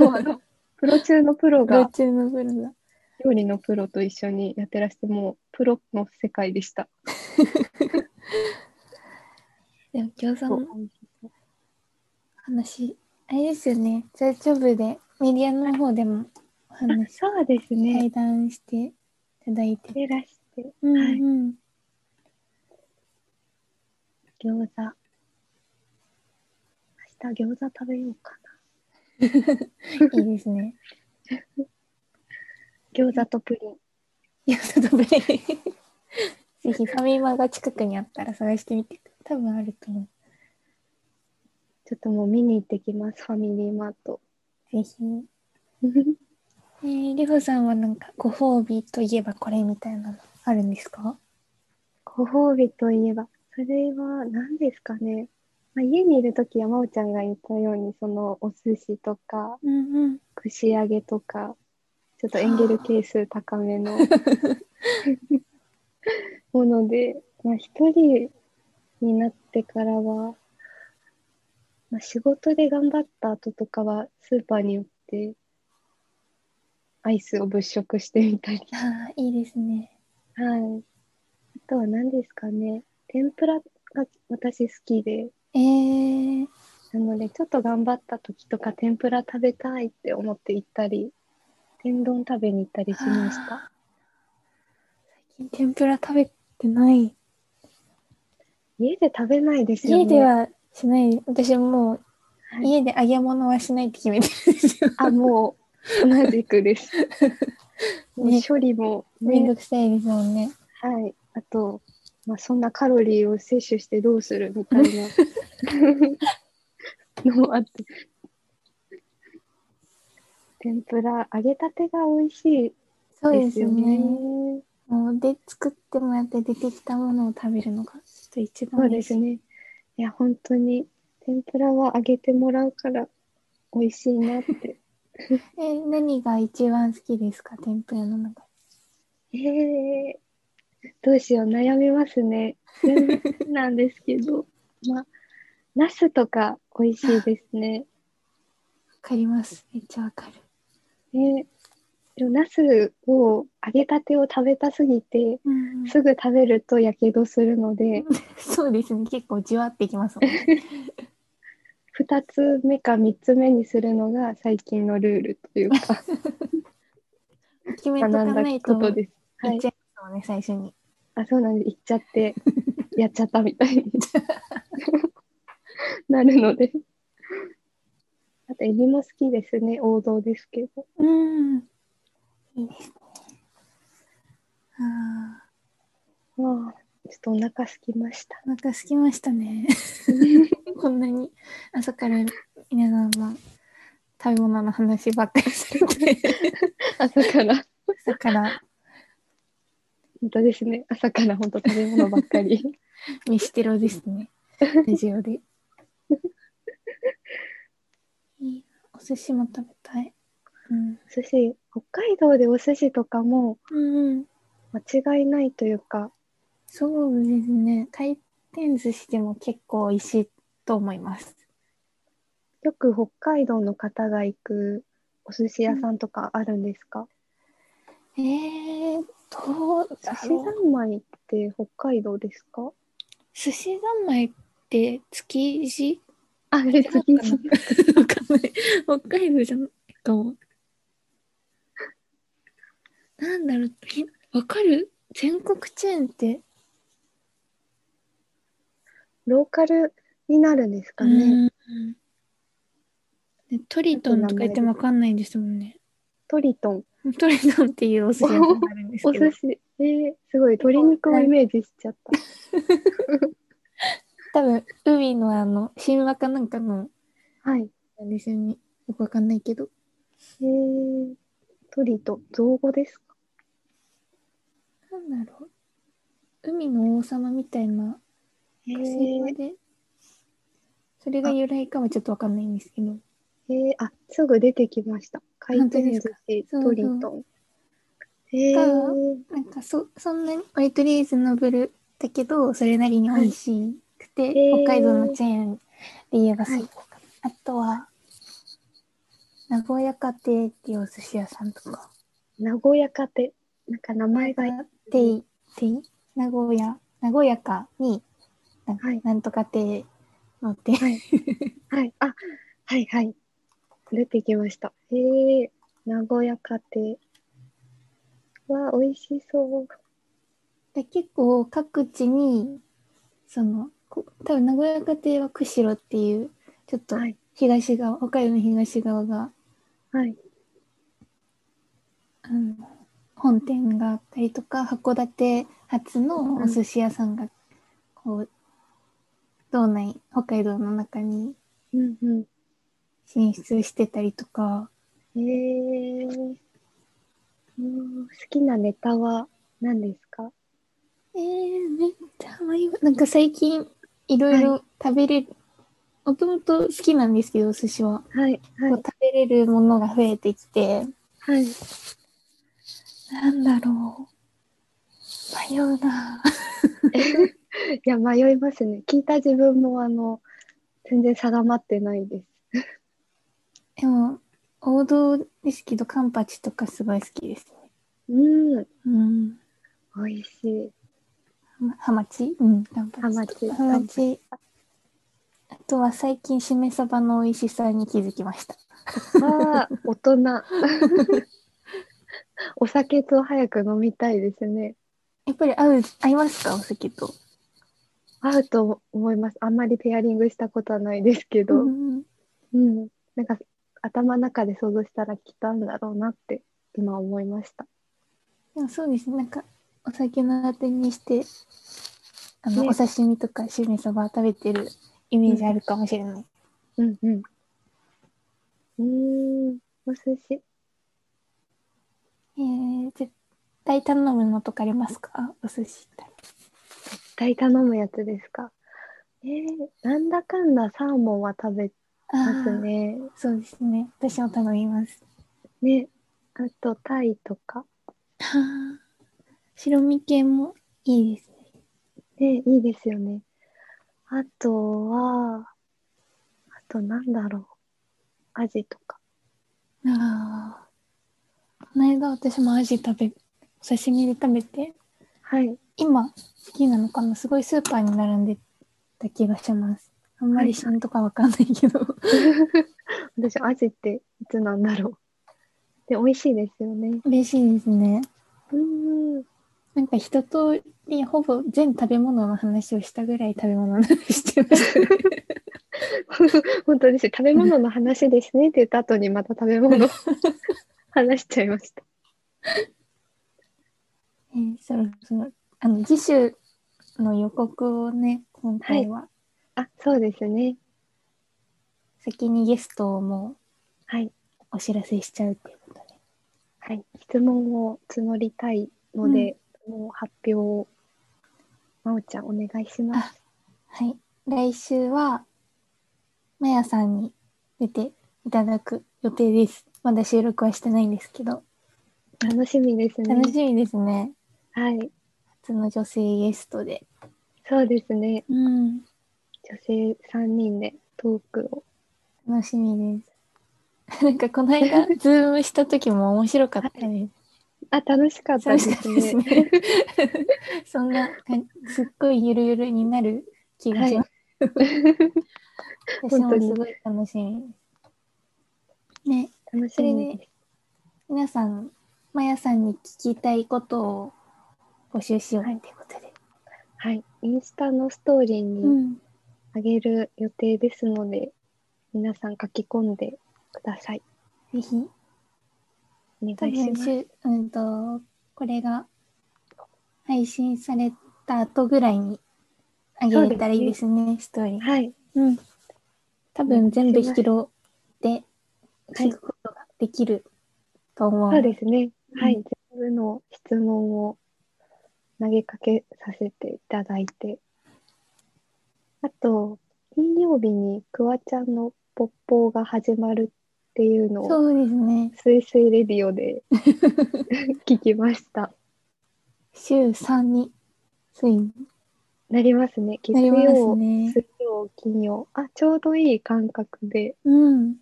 [SPEAKER 2] もうあ の、プロ中のプロ
[SPEAKER 1] プロ
[SPEAKER 2] が
[SPEAKER 1] 中のプロだ
[SPEAKER 2] 料理のプロと一緒にやってらして、もうプロの世界でした。
[SPEAKER 1] でも餃子
[SPEAKER 2] そう
[SPEAKER 1] の話あれですよねチャーチョブでメディアの方でもお
[SPEAKER 2] あ
[SPEAKER 1] 話
[SPEAKER 2] そうですね。
[SPEAKER 1] 対談していただいて、
[SPEAKER 2] やってらして、
[SPEAKER 1] うん
[SPEAKER 2] はい
[SPEAKER 1] うん
[SPEAKER 2] 餃子。明日餃子食べようかな。
[SPEAKER 1] いいですね
[SPEAKER 2] 餃子とプリン。
[SPEAKER 1] 餃子とプ リンぜひファミマが近くにあったら探してみて多分あると思
[SPEAKER 2] ちょっともう見に行ってきます、ファミリーマート。
[SPEAKER 1] うぜひえー、リホさんはなんかご褒美といえばこれみたいなのあるんですか
[SPEAKER 2] ご褒美といえば、それは何ですかね。まあ、家にいるとき、山尾ちゃんが言ったように、そのお寿司とか、
[SPEAKER 1] うんうん。
[SPEAKER 2] 串揚げとか、ちょっとエンゲル係数高めのもので、まあ、一人になってからは、まあ、仕事で頑張った後とかは、スーパーに寄って、アイスを物色してみたり。
[SPEAKER 1] ああ、いいですね。
[SPEAKER 2] はい。あとは何ですかね。天ぷらが私好きで、
[SPEAKER 1] えー、
[SPEAKER 2] なのでちょっと頑張った時とか天ぷら食べたいって思って行ったり、天丼食べに行ったりしました。
[SPEAKER 1] 最近天ぷら食べてない。
[SPEAKER 2] 家で食べないですよね。
[SPEAKER 1] 家ではしない。私もう
[SPEAKER 2] はい
[SPEAKER 1] 家で揚げ物はしないって決めてるんですよ。
[SPEAKER 2] あ、もう同じくです。 もう処理も
[SPEAKER 1] めん
[SPEAKER 2] ね、
[SPEAKER 1] どくさいですもんね。
[SPEAKER 2] はい。あと、まあ、そんなカロリーを摂取してどうするみたい なのもあって。天ぷら、揚げたてが美味し
[SPEAKER 1] そう
[SPEAKER 2] い
[SPEAKER 1] で
[SPEAKER 2] です
[SPEAKER 1] す
[SPEAKER 2] よね。
[SPEAKER 1] ね。もうで作ってもらって出てきたものを食べるのがちょっと一番
[SPEAKER 2] そうですね。いや、本当に、天ぷらは揚げてもらうから、美味しい なって。
[SPEAKER 1] えー何が一番好きですか天ぷらの中
[SPEAKER 2] ええどうしよう、悩みますね。全然好きなんですけど、まあ、ナスとか美味しいですね。
[SPEAKER 1] わかりますめっちゃわかる
[SPEAKER 2] ね、でもナスを揚げたてを食べたすぎて、
[SPEAKER 1] うん
[SPEAKER 2] すぐ食べるとやけどするので、
[SPEAKER 1] そうですね結構じわってきますもんね
[SPEAKER 2] 2つ目か3つ目にするのが最近のルールというか、
[SPEAKER 1] 決め
[SPEAKER 2] 学
[SPEAKER 1] と
[SPEAKER 2] ん
[SPEAKER 1] か
[SPEAKER 2] だ
[SPEAKER 1] ないとい
[SPEAKER 2] こと
[SPEAKER 1] っち
[SPEAKER 2] です。
[SPEAKER 1] ゃ
[SPEAKER 2] はいい、
[SPEAKER 1] ますもんね、最初に
[SPEAKER 2] あそうなんです。行っちゃって、やっちゃったみたいになるので。あと、エビも好きですね。王道ですけど。
[SPEAKER 1] うんいいですねああ
[SPEAKER 2] まあ、ちょっとお腹すきました。
[SPEAKER 1] お腹すきました ねこんなに朝から皆さんは食べ物の話ばっかりされ て
[SPEAKER 2] 朝から。
[SPEAKER 1] 朝から
[SPEAKER 2] 本当ですね。朝から本当食べ物ばっか り。
[SPEAKER 1] 飯テロですね。ラジオで。いいお寿司も食べたい。うん。
[SPEAKER 2] 寿司、北海道でお寿司とかも
[SPEAKER 1] うん、
[SPEAKER 2] 間違いないというか、
[SPEAKER 1] そうですね。回転寿司でも結構美味しいと思います。
[SPEAKER 2] よく北海道の方が行くお寿司屋さんとかあるんですか、
[SPEAKER 1] えー、どうだ
[SPEAKER 2] 寿司
[SPEAKER 1] ろう。
[SPEAKER 2] 三昧って北海道ですか
[SPEAKER 1] 寿司三昧って築地
[SPEAKER 2] あ、え、次
[SPEAKER 1] なのかなわかんない。北海道じゃないかも。なんだろう、ひわかる全国チェーンって
[SPEAKER 2] ローカルになるんですかね。
[SPEAKER 1] うんねトリトンとか言ってもわかんないんですもんね。
[SPEAKER 2] トリトン。
[SPEAKER 1] トリトンっていうお寿司屋さんがあるんです
[SPEAKER 2] お
[SPEAKER 1] けど
[SPEAKER 2] 寿、司。えー、すごい。鶏肉をイメージしちゃった。
[SPEAKER 1] 多分海のあの神話かなんかの
[SPEAKER 2] はい。
[SPEAKER 1] なんですよね。よくわかんないけど。
[SPEAKER 2] えー、トリトン。造語ですか
[SPEAKER 1] なんだろう。海の王様みたいな
[SPEAKER 2] え
[SPEAKER 1] 神話
[SPEAKER 2] ー、
[SPEAKER 1] で、それが由来かはちょっとわかんないんですけど。
[SPEAKER 2] えー、あ、すぐ出てきました。回
[SPEAKER 1] 本当
[SPEAKER 2] 転
[SPEAKER 1] で
[SPEAKER 2] 寿
[SPEAKER 1] すか
[SPEAKER 2] 司、
[SPEAKER 1] そうそう
[SPEAKER 2] トリトン。えー、
[SPEAKER 1] なんかそそんなに割とリーズナブルだけどそれなりに美味しくて、
[SPEAKER 2] いへー
[SPEAKER 1] 北海道のチェーンで言えばそう、
[SPEAKER 2] はい
[SPEAKER 1] あとは名古屋家庭っていうお寿司屋さんとか
[SPEAKER 2] 名古屋家庭。なんか名前が、は
[SPEAKER 1] ていてい名古屋名古屋かになん,、
[SPEAKER 2] はい
[SPEAKER 1] なんとか亭の亭
[SPEAKER 2] い。はい。あ、はいはい。出てきました。えー、名古屋家庭。わあ、美味しそう。
[SPEAKER 1] で結構各地にそのこ多分名古屋家庭は釧路っていうちょっと
[SPEAKER 2] はい。
[SPEAKER 1] 東側、北海道の東側が
[SPEAKER 2] はい。
[SPEAKER 1] あの本店があったりとか函館発のお寿司屋さんがこう道内北海道の中に
[SPEAKER 2] うんう
[SPEAKER 1] 進出してたりとか
[SPEAKER 2] ん。えー、うん好きなネタは何ですか
[SPEAKER 1] えー、めっちゃ迷うなんか最近いろいろ食べれるもともと好きなんですけどお寿司は、
[SPEAKER 2] はい。
[SPEAKER 1] こう
[SPEAKER 2] はい。
[SPEAKER 1] 食べれるものが増えてきて
[SPEAKER 2] はい。
[SPEAKER 1] なんだろう迷うな
[SPEAKER 2] いや、迷いますね。聞いた自分も、あの、全然定まってないです。
[SPEAKER 1] でも王道ですけどカンパチとかすごい好きですね
[SPEAKER 2] うん、
[SPEAKER 1] うん
[SPEAKER 2] 美味しい。
[SPEAKER 1] ハマチうん、頑張
[SPEAKER 2] ハマチ。
[SPEAKER 1] ハマチ。あとは最近、しめ鯖の美味しさに気づきました。
[SPEAKER 2] ああ、大人。お酒と早く飲みたいですね。
[SPEAKER 1] やっぱり合う、合いますかお酒と。
[SPEAKER 2] 合うと思います。あんまりペアリングしたことはないですけど、
[SPEAKER 1] うん
[SPEAKER 2] うん、なんか頭の中で想像したら来たんだろうなって今思いました。
[SPEAKER 1] でもそうですね、なんか、お酒のあてにして、あの、
[SPEAKER 2] ね
[SPEAKER 1] お刺身とかしめ鯖食べてるイメージあるかもしれない。
[SPEAKER 2] うんうん。うーん、お寿司。
[SPEAKER 1] えー、絶対頼むのとかありますかお寿司って。
[SPEAKER 2] 絶対頼むやつですか。えー、なんだかんだサーモンは食べます
[SPEAKER 1] あ
[SPEAKER 2] ね。
[SPEAKER 1] ーそうですね。私も頼みます。
[SPEAKER 2] ね。あと、タイとか。
[SPEAKER 1] はあ白身系もいいですね。
[SPEAKER 2] ね、いいですよね。あとは、あとなんだろう。アジとか。
[SPEAKER 1] ああ。この間私もアジ食べ、お刺身で食べて、
[SPEAKER 2] はい。
[SPEAKER 1] 今好きなのかなすごいスーパーに並んでた気がします。あんまり旬とかわかんないけど。
[SPEAKER 2] 私、アジっていつなんだろう。で、美味しいですよね。
[SPEAKER 1] 嬉しいですね。
[SPEAKER 2] うーん。
[SPEAKER 1] なんか一通りほぼ全食べ物の話をしたぐらい食べ物の話してましたね。
[SPEAKER 2] 本当です。食べ物の話ですねって言った後にまた食 べ物話しちゃいました。
[SPEAKER 1] えーそろそろ、あの、次週の予告をね、今回は
[SPEAKER 2] あ、そうですね。
[SPEAKER 1] 先にゲストをも
[SPEAKER 2] はい。
[SPEAKER 1] うお知らせしちゃうっていうことで。
[SPEAKER 2] はい。質問を募りたいので、もう発表を、まおちゃんお願いします。
[SPEAKER 1] はい。来週は、まやさんに出ていただく予定です。まだ収録はしてないんですけど、
[SPEAKER 2] 楽しみですね。
[SPEAKER 1] 楽しみですね。
[SPEAKER 2] はい。
[SPEAKER 1] 初の女性ゲストで。
[SPEAKER 2] そうですね。
[SPEAKER 1] うん。
[SPEAKER 2] 女性3人でトークを。
[SPEAKER 1] 楽しみです。 なんかこの間、ズームした時も面白かったね。
[SPEAKER 2] あ、楽しかった
[SPEAKER 1] 楽
[SPEAKER 2] で
[SPEAKER 1] しかっ
[SPEAKER 2] す
[SPEAKER 1] たです
[SPEAKER 2] ね。
[SPEAKER 1] ね。 そんな感じ、すっごいゆるゆるになる気が します。私
[SPEAKER 2] 本
[SPEAKER 1] もす
[SPEAKER 2] 当に
[SPEAKER 1] ごい楽し みです。ね、
[SPEAKER 2] 楽しみです。
[SPEAKER 1] 皆さん、まやさんに聞きたいことを募集しようっていうことで。
[SPEAKER 2] はい。インスタのストーリーに、
[SPEAKER 1] うん。
[SPEAKER 2] あげる予定ですので、皆さん書き込んでください。
[SPEAKER 1] ぜひ、多
[SPEAKER 2] お願いし
[SPEAKER 1] 分
[SPEAKER 2] ま
[SPEAKER 1] し
[SPEAKER 2] す。
[SPEAKER 1] ゅ、うんと、これが配信された後ぐらいにあげれたらいいですね、ストーリー。
[SPEAKER 2] はい。
[SPEAKER 1] うん。多分全部拾って
[SPEAKER 2] はい
[SPEAKER 1] 聞くことができると思う。
[SPEAKER 2] そうですね。
[SPEAKER 1] うん
[SPEAKER 2] はい。全部の質問を投げかけさせていただいて。あと、金曜日にクワちゃんのポッポーが始まるっていうのを、
[SPEAKER 1] そうですね。
[SPEAKER 2] スイスイレディ オで聞きました。
[SPEAKER 1] 週3に、ついに
[SPEAKER 2] なりますね。月
[SPEAKER 1] なります
[SPEAKER 2] 曜、
[SPEAKER 1] ね。
[SPEAKER 2] 水曜、金曜。あ、ちょうどいい感覚で。
[SPEAKER 1] うん。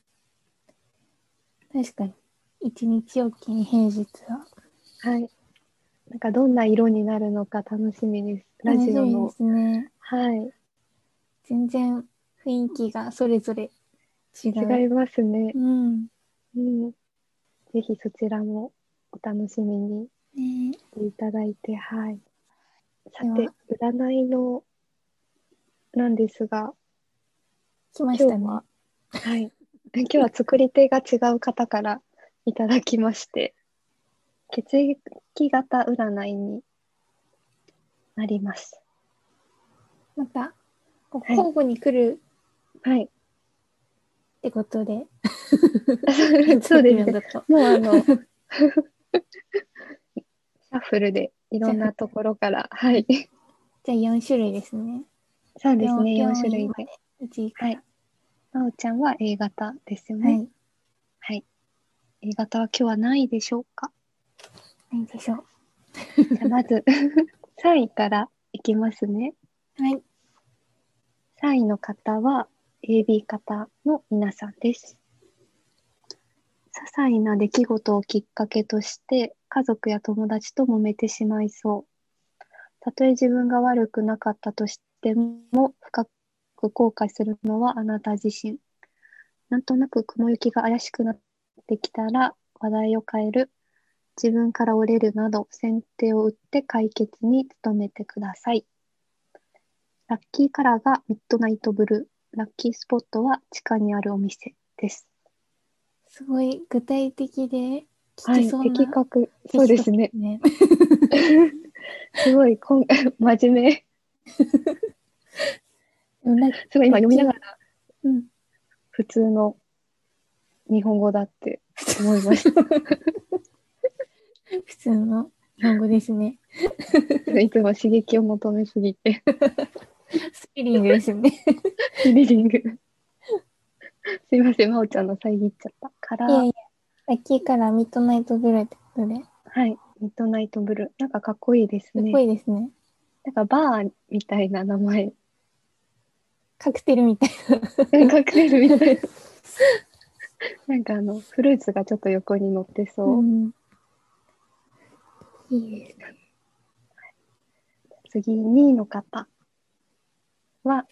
[SPEAKER 1] 確かに。一日おきに平日は。
[SPEAKER 2] はい。なんかどんな色になるのか楽しみです。ラ
[SPEAKER 1] 楽
[SPEAKER 2] ジ
[SPEAKER 1] し
[SPEAKER 2] オ
[SPEAKER 1] みで
[SPEAKER 2] の。
[SPEAKER 1] すね。
[SPEAKER 2] はい。
[SPEAKER 1] 全然雰囲気がそれぞれ違う。
[SPEAKER 2] 違いますね
[SPEAKER 1] う。ん。
[SPEAKER 2] うん。ぜひそちらもお楽しみに
[SPEAKER 1] ね
[SPEAKER 2] していただいて、はい。さ
[SPEAKER 1] で
[SPEAKER 2] て、占いの、なんですが、
[SPEAKER 1] 来まし
[SPEAKER 2] 今
[SPEAKER 1] た
[SPEAKER 2] 日
[SPEAKER 1] ね。
[SPEAKER 2] は、 はい。今日は作り手が違う方からいただきまして、血液型占いになります。
[SPEAKER 1] また、こう
[SPEAKER 2] はい
[SPEAKER 1] 交互に来る
[SPEAKER 2] はい。
[SPEAKER 1] ってことで。
[SPEAKER 2] そうですね。
[SPEAKER 1] だと
[SPEAKER 2] もうあ の、シャッフルでいろんなところから、はい。
[SPEAKER 1] じゃあ4種類ですね。
[SPEAKER 2] そうですね、
[SPEAKER 1] 病
[SPEAKER 2] 4種類
[SPEAKER 1] 病
[SPEAKER 2] で。
[SPEAKER 1] 院まで1位か
[SPEAKER 2] は
[SPEAKER 1] ら。
[SPEAKER 2] い。まおちゃんは A 型ですよ
[SPEAKER 1] は
[SPEAKER 2] ね。
[SPEAKER 1] い。
[SPEAKER 2] A 型は今日は何位でしょうか
[SPEAKER 1] 何でしょう。
[SPEAKER 2] じゃあ まず、3位からいきますね。
[SPEAKER 1] はい。
[SPEAKER 2] 3位の方は AB 型の皆さんです。些細な出来事をきっかけとして家族や友達と揉めてしまいそう。たとえ自分が悪くなかったとしても深く後悔するのはあなた自身。なんとなく雲行きが怪しくなってきたら話題を変える。自分から折れるなど先手を打って解決に努めてください。ラッキーカラーがミッドナイトブルー。ラッキースポットは地下にあるお店です。
[SPEAKER 1] すごい具体的で聞きそうな、
[SPEAKER 2] 的確。そうですね。
[SPEAKER 1] ね。
[SPEAKER 2] すごい、こん 真面目。
[SPEAKER 1] うんラッ
[SPEAKER 2] すごい、今読みながら
[SPEAKER 1] うん
[SPEAKER 2] 普通の日本語だって思いました。
[SPEAKER 1] 普通の日本語です ね。
[SPEAKER 2] いつも刺激を求めすぎて、
[SPEAKER 1] スピリングですね。
[SPEAKER 2] リリング。すいません、まおちゃんの遮っちゃった。から、
[SPEAKER 1] いやいや、ラッキーカラーミッドナイトぐらいってことで、か
[SPEAKER 2] はい、ミッドナイトブルー。なんかかっこいいです
[SPEAKER 1] っ
[SPEAKER 2] ね。
[SPEAKER 1] こいいですね。
[SPEAKER 2] なんかバーみたいな名前。
[SPEAKER 1] カクテルみたい
[SPEAKER 2] カクテルみたいな。なんかあの、フルーツがちょっと横に乗って
[SPEAKER 1] な。
[SPEAKER 2] そう。
[SPEAKER 1] ん、いいですね。
[SPEAKER 2] 次、2位の方は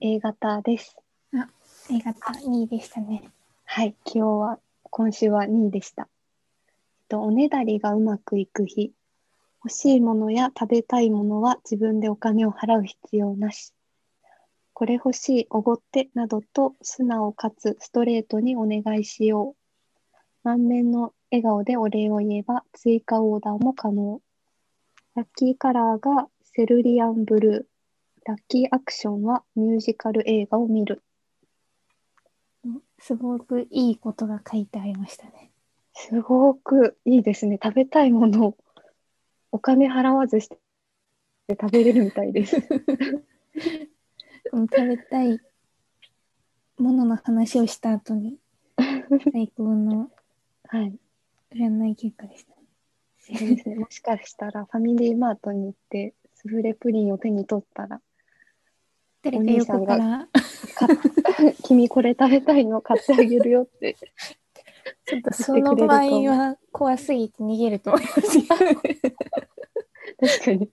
[SPEAKER 2] A 型です。
[SPEAKER 1] ありがたいいでしたね。
[SPEAKER 2] はい、今日は、今週は2位でした。えっとおねだりがうまくいく日。欲しいものや食べたいものは自分でお金を払う必要なし。これ欲しい、おごってなどと素直かつストレートにお願いしよう。満面の笑顔でお礼を言えば追加オーダーも可能。ラッキーカラーがセルリアンブルー。ラッキーアクションはミュージカル映画を見る。
[SPEAKER 1] すごくいいことが書いてありましたね。
[SPEAKER 2] すごくいいですね。食べたいものをお金払わずして食べれるみたいです。
[SPEAKER 1] この食べたいものの話をした後 に、最高の
[SPEAKER 2] はい。
[SPEAKER 1] 占い結果でした。
[SPEAKER 2] そうです ね。もしかしたらファミリーマートに行ってスフレプリンを手に取った ら、
[SPEAKER 1] 誰か横から、
[SPEAKER 2] か君これ食べたいの買ってあげるよって。
[SPEAKER 1] ちょっとその場合は怖すぎて逃げると思いますよ。
[SPEAKER 2] 確かに。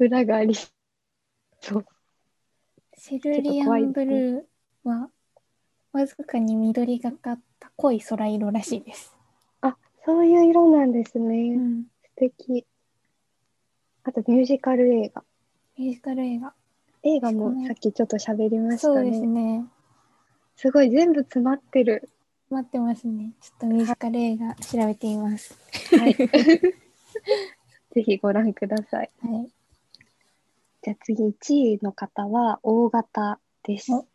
[SPEAKER 2] 裏がありそう。
[SPEAKER 1] セルリアンブルーは、わずかに緑がかった濃い空色らしいです。
[SPEAKER 2] あ、そういう色なんです
[SPEAKER 1] う
[SPEAKER 2] ね。
[SPEAKER 1] ん、
[SPEAKER 2] 素敵。あとミュージカル映画。
[SPEAKER 1] ミュージカル映画。
[SPEAKER 2] 映画もさっきちょっと喋りました
[SPEAKER 1] そう
[SPEAKER 2] ね。
[SPEAKER 1] ですね。
[SPEAKER 2] すごい全部詰まってる。
[SPEAKER 1] 待ってますね。ちょっとミュージカル映画調べてみます。
[SPEAKER 2] はい。ぜひご覧ください。
[SPEAKER 1] はい。
[SPEAKER 2] じゃあ次1位の方は大型です。
[SPEAKER 1] お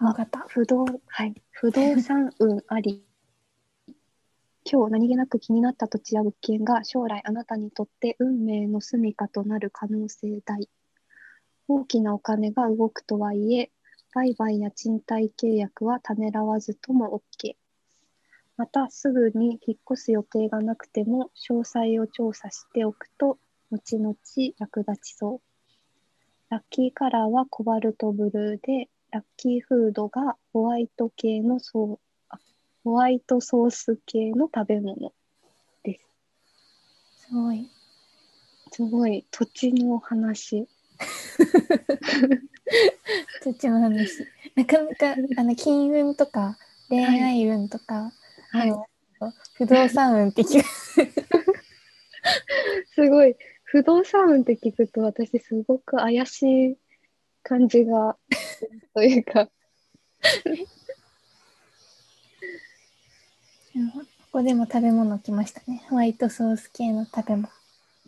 [SPEAKER 1] 大型。
[SPEAKER 2] 不動はい不動産運あり。今日何気なく気になった土地や物件が将来あなたにとって運命の住みかとなる可能性大。大きなお金が動くとはいえ、売買や賃貸契約はためらわずとも OK。また、すぐに引っ越す予定がなくても、詳細を調査しておくと、後々役立ちそう。ラッキーカラーはコバルトブルーで、ラッキーフードがホワイト系のソーあホワイトソース系の食べ物。
[SPEAKER 1] すごい。
[SPEAKER 2] すごい土地のお話。
[SPEAKER 1] そっちの話。なかなか、あの、金運とか、恋愛運とか、
[SPEAKER 2] はい
[SPEAKER 1] あ、の不動産運って 聞く。
[SPEAKER 2] すごい不動産運って聞くと私すごく怪しい感じ がというか、
[SPEAKER 1] うんここでも食べ物来ましたね。ホワイトソース系の食べ物。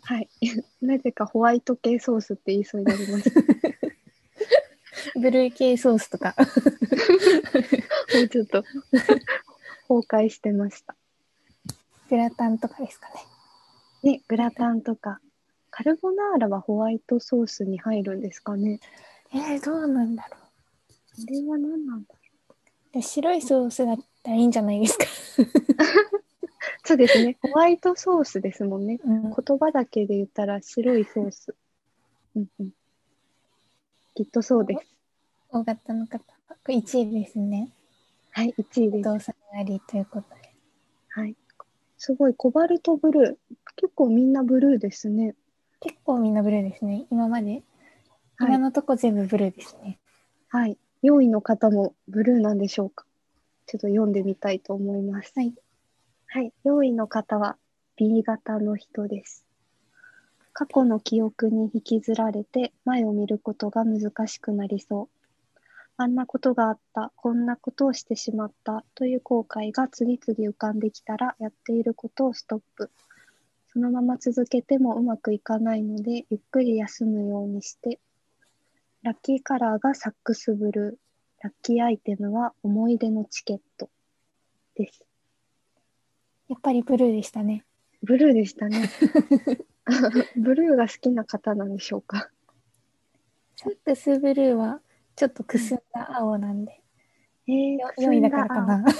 [SPEAKER 2] はい、 なぜかホワイト系ソースって言いそうになりました。 も
[SPEAKER 1] ブルー系ソースとか。
[SPEAKER 2] うちょっと 崩壊してました。
[SPEAKER 1] グラタンとかですかね。
[SPEAKER 2] ね、グラタンとかカルボナーラはホワイトソースに入るんですかね。
[SPEAKER 1] えー、どうなんだろ
[SPEAKER 2] あれは何なんだ
[SPEAKER 1] う。で白いソースだったらいいんじゃないですか。
[SPEAKER 2] そうですね。ホワイトソースですもんね。
[SPEAKER 1] うん、
[SPEAKER 2] 言葉だけで言ったら白いソース。うんうん。きっとそうです。
[SPEAKER 1] 大型の方。これ1位ですね。
[SPEAKER 2] はい、1位
[SPEAKER 1] 不
[SPEAKER 2] です。
[SPEAKER 1] 動産ありということで。
[SPEAKER 2] はい。すごい、コバルトブルー。結構みんなブルーですね。
[SPEAKER 1] 結構みんなブルーですね。今まで。
[SPEAKER 2] はい
[SPEAKER 1] 今のとこ全部ブルーですね。
[SPEAKER 2] はい。4位の方もブルーなんでしょうか。ちょっと読んでみたいと思います。
[SPEAKER 1] はい。
[SPEAKER 2] はい。4位の方は B 型の人です。過去の記憶に引きずられて前を見ることが難しくなりそう。あんなことがあった、こんなことをしてしまったという後悔が次々浮かんできたらやっていることをストップ。そのまま続けてもうまくいかないのでゆっくり休むようにしてラッキーカラーがサックスブルー。ラッキーアイテムは思い出のチケットです。
[SPEAKER 1] やっぱりブルーでしたね。
[SPEAKER 2] ブルーでした ね。 ブルーが好きな方なんでしょうか。
[SPEAKER 1] サックスブルーはちょっとくすんだ青なんで、
[SPEAKER 2] えー、
[SPEAKER 1] よ
[SPEAKER 2] くす
[SPEAKER 1] 4位
[SPEAKER 2] ん
[SPEAKER 1] だ
[SPEAKER 2] だ
[SPEAKER 1] からか
[SPEAKER 2] あ
[SPEAKER 1] な。
[SPEAKER 2] ち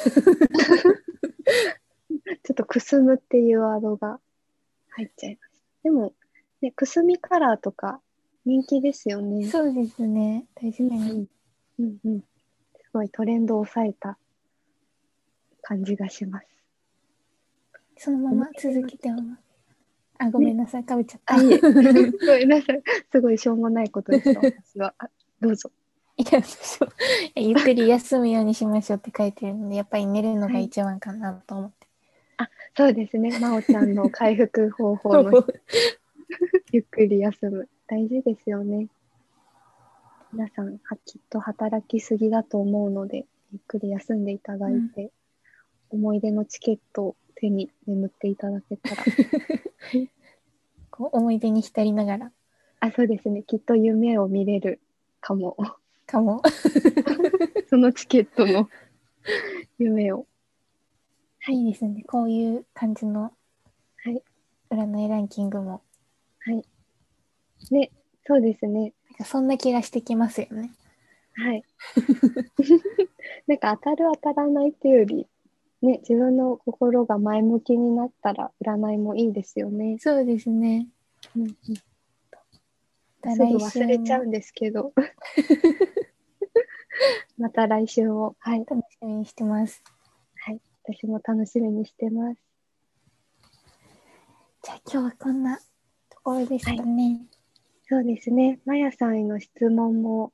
[SPEAKER 2] ょっとくすむっていうワードが入っちゃいました。でも、ね、くすみカラーとか人気ですよね。
[SPEAKER 1] そうですね。大事な
[SPEAKER 2] う
[SPEAKER 1] に。
[SPEAKER 2] んうんうん、すごいトレンドを抑えた感じがします。
[SPEAKER 1] そのまま続けてもあ、ごめんなさい。かぶっちゃった。
[SPEAKER 2] あ、い え、ごめんなさい。すごいしょうもないことでした、私は。あどうぞ。
[SPEAKER 1] いやそうゆっくり休むようにしましょうって書いてるので、やっぱり寝るのが一番かなと思って。
[SPEAKER 2] そうですね、まおちゃんの回復方法のゆっくり休む。大事ですよね。皆さん、はきっと働きすぎだと思うので、ゆっくり休んでいただいて、思い出のチケットを手に眠っていただけたら。
[SPEAKER 1] こう思い出に浸りながら
[SPEAKER 2] あ、そうですね、きっと夢を見れるかも。
[SPEAKER 1] かも。
[SPEAKER 2] そのチケットの夢を。
[SPEAKER 1] いいですね。こういう感じの
[SPEAKER 2] はい
[SPEAKER 1] 占いランキングも、
[SPEAKER 2] ね、そうですね。
[SPEAKER 1] なんかそんな気がしてきますよね。
[SPEAKER 2] はい。 なんか当たる当たらないっていうより、ね、自分の心が前向きになったら占いもいいですよね。
[SPEAKER 1] そうですね。
[SPEAKER 2] うんうん、すぐ
[SPEAKER 1] また来週
[SPEAKER 2] 忘れ
[SPEAKER 1] も
[SPEAKER 2] ちゃうんですけど。 また来週も、はい、
[SPEAKER 1] 楽しみにしてます。
[SPEAKER 2] 私も楽しみにしてます。
[SPEAKER 1] じゃあ今日はこんなところですかね。
[SPEAKER 2] そうですね、まやさんへの質問も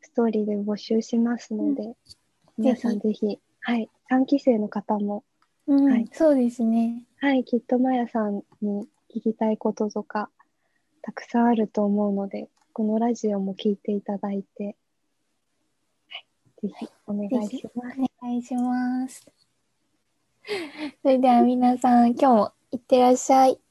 [SPEAKER 2] ストーリーで募集しますので、皆さんぜひ、はい、3期生の方も
[SPEAKER 1] うん、
[SPEAKER 2] はい
[SPEAKER 1] そうですね。
[SPEAKER 2] はい、きっとまやさんに聞きたいこととかたくさんあると思うので、このラジオも聞いていただいて、はい、ぜひお願いします。
[SPEAKER 1] お願 いします。それでは皆さん、今日もいってらっしゃい。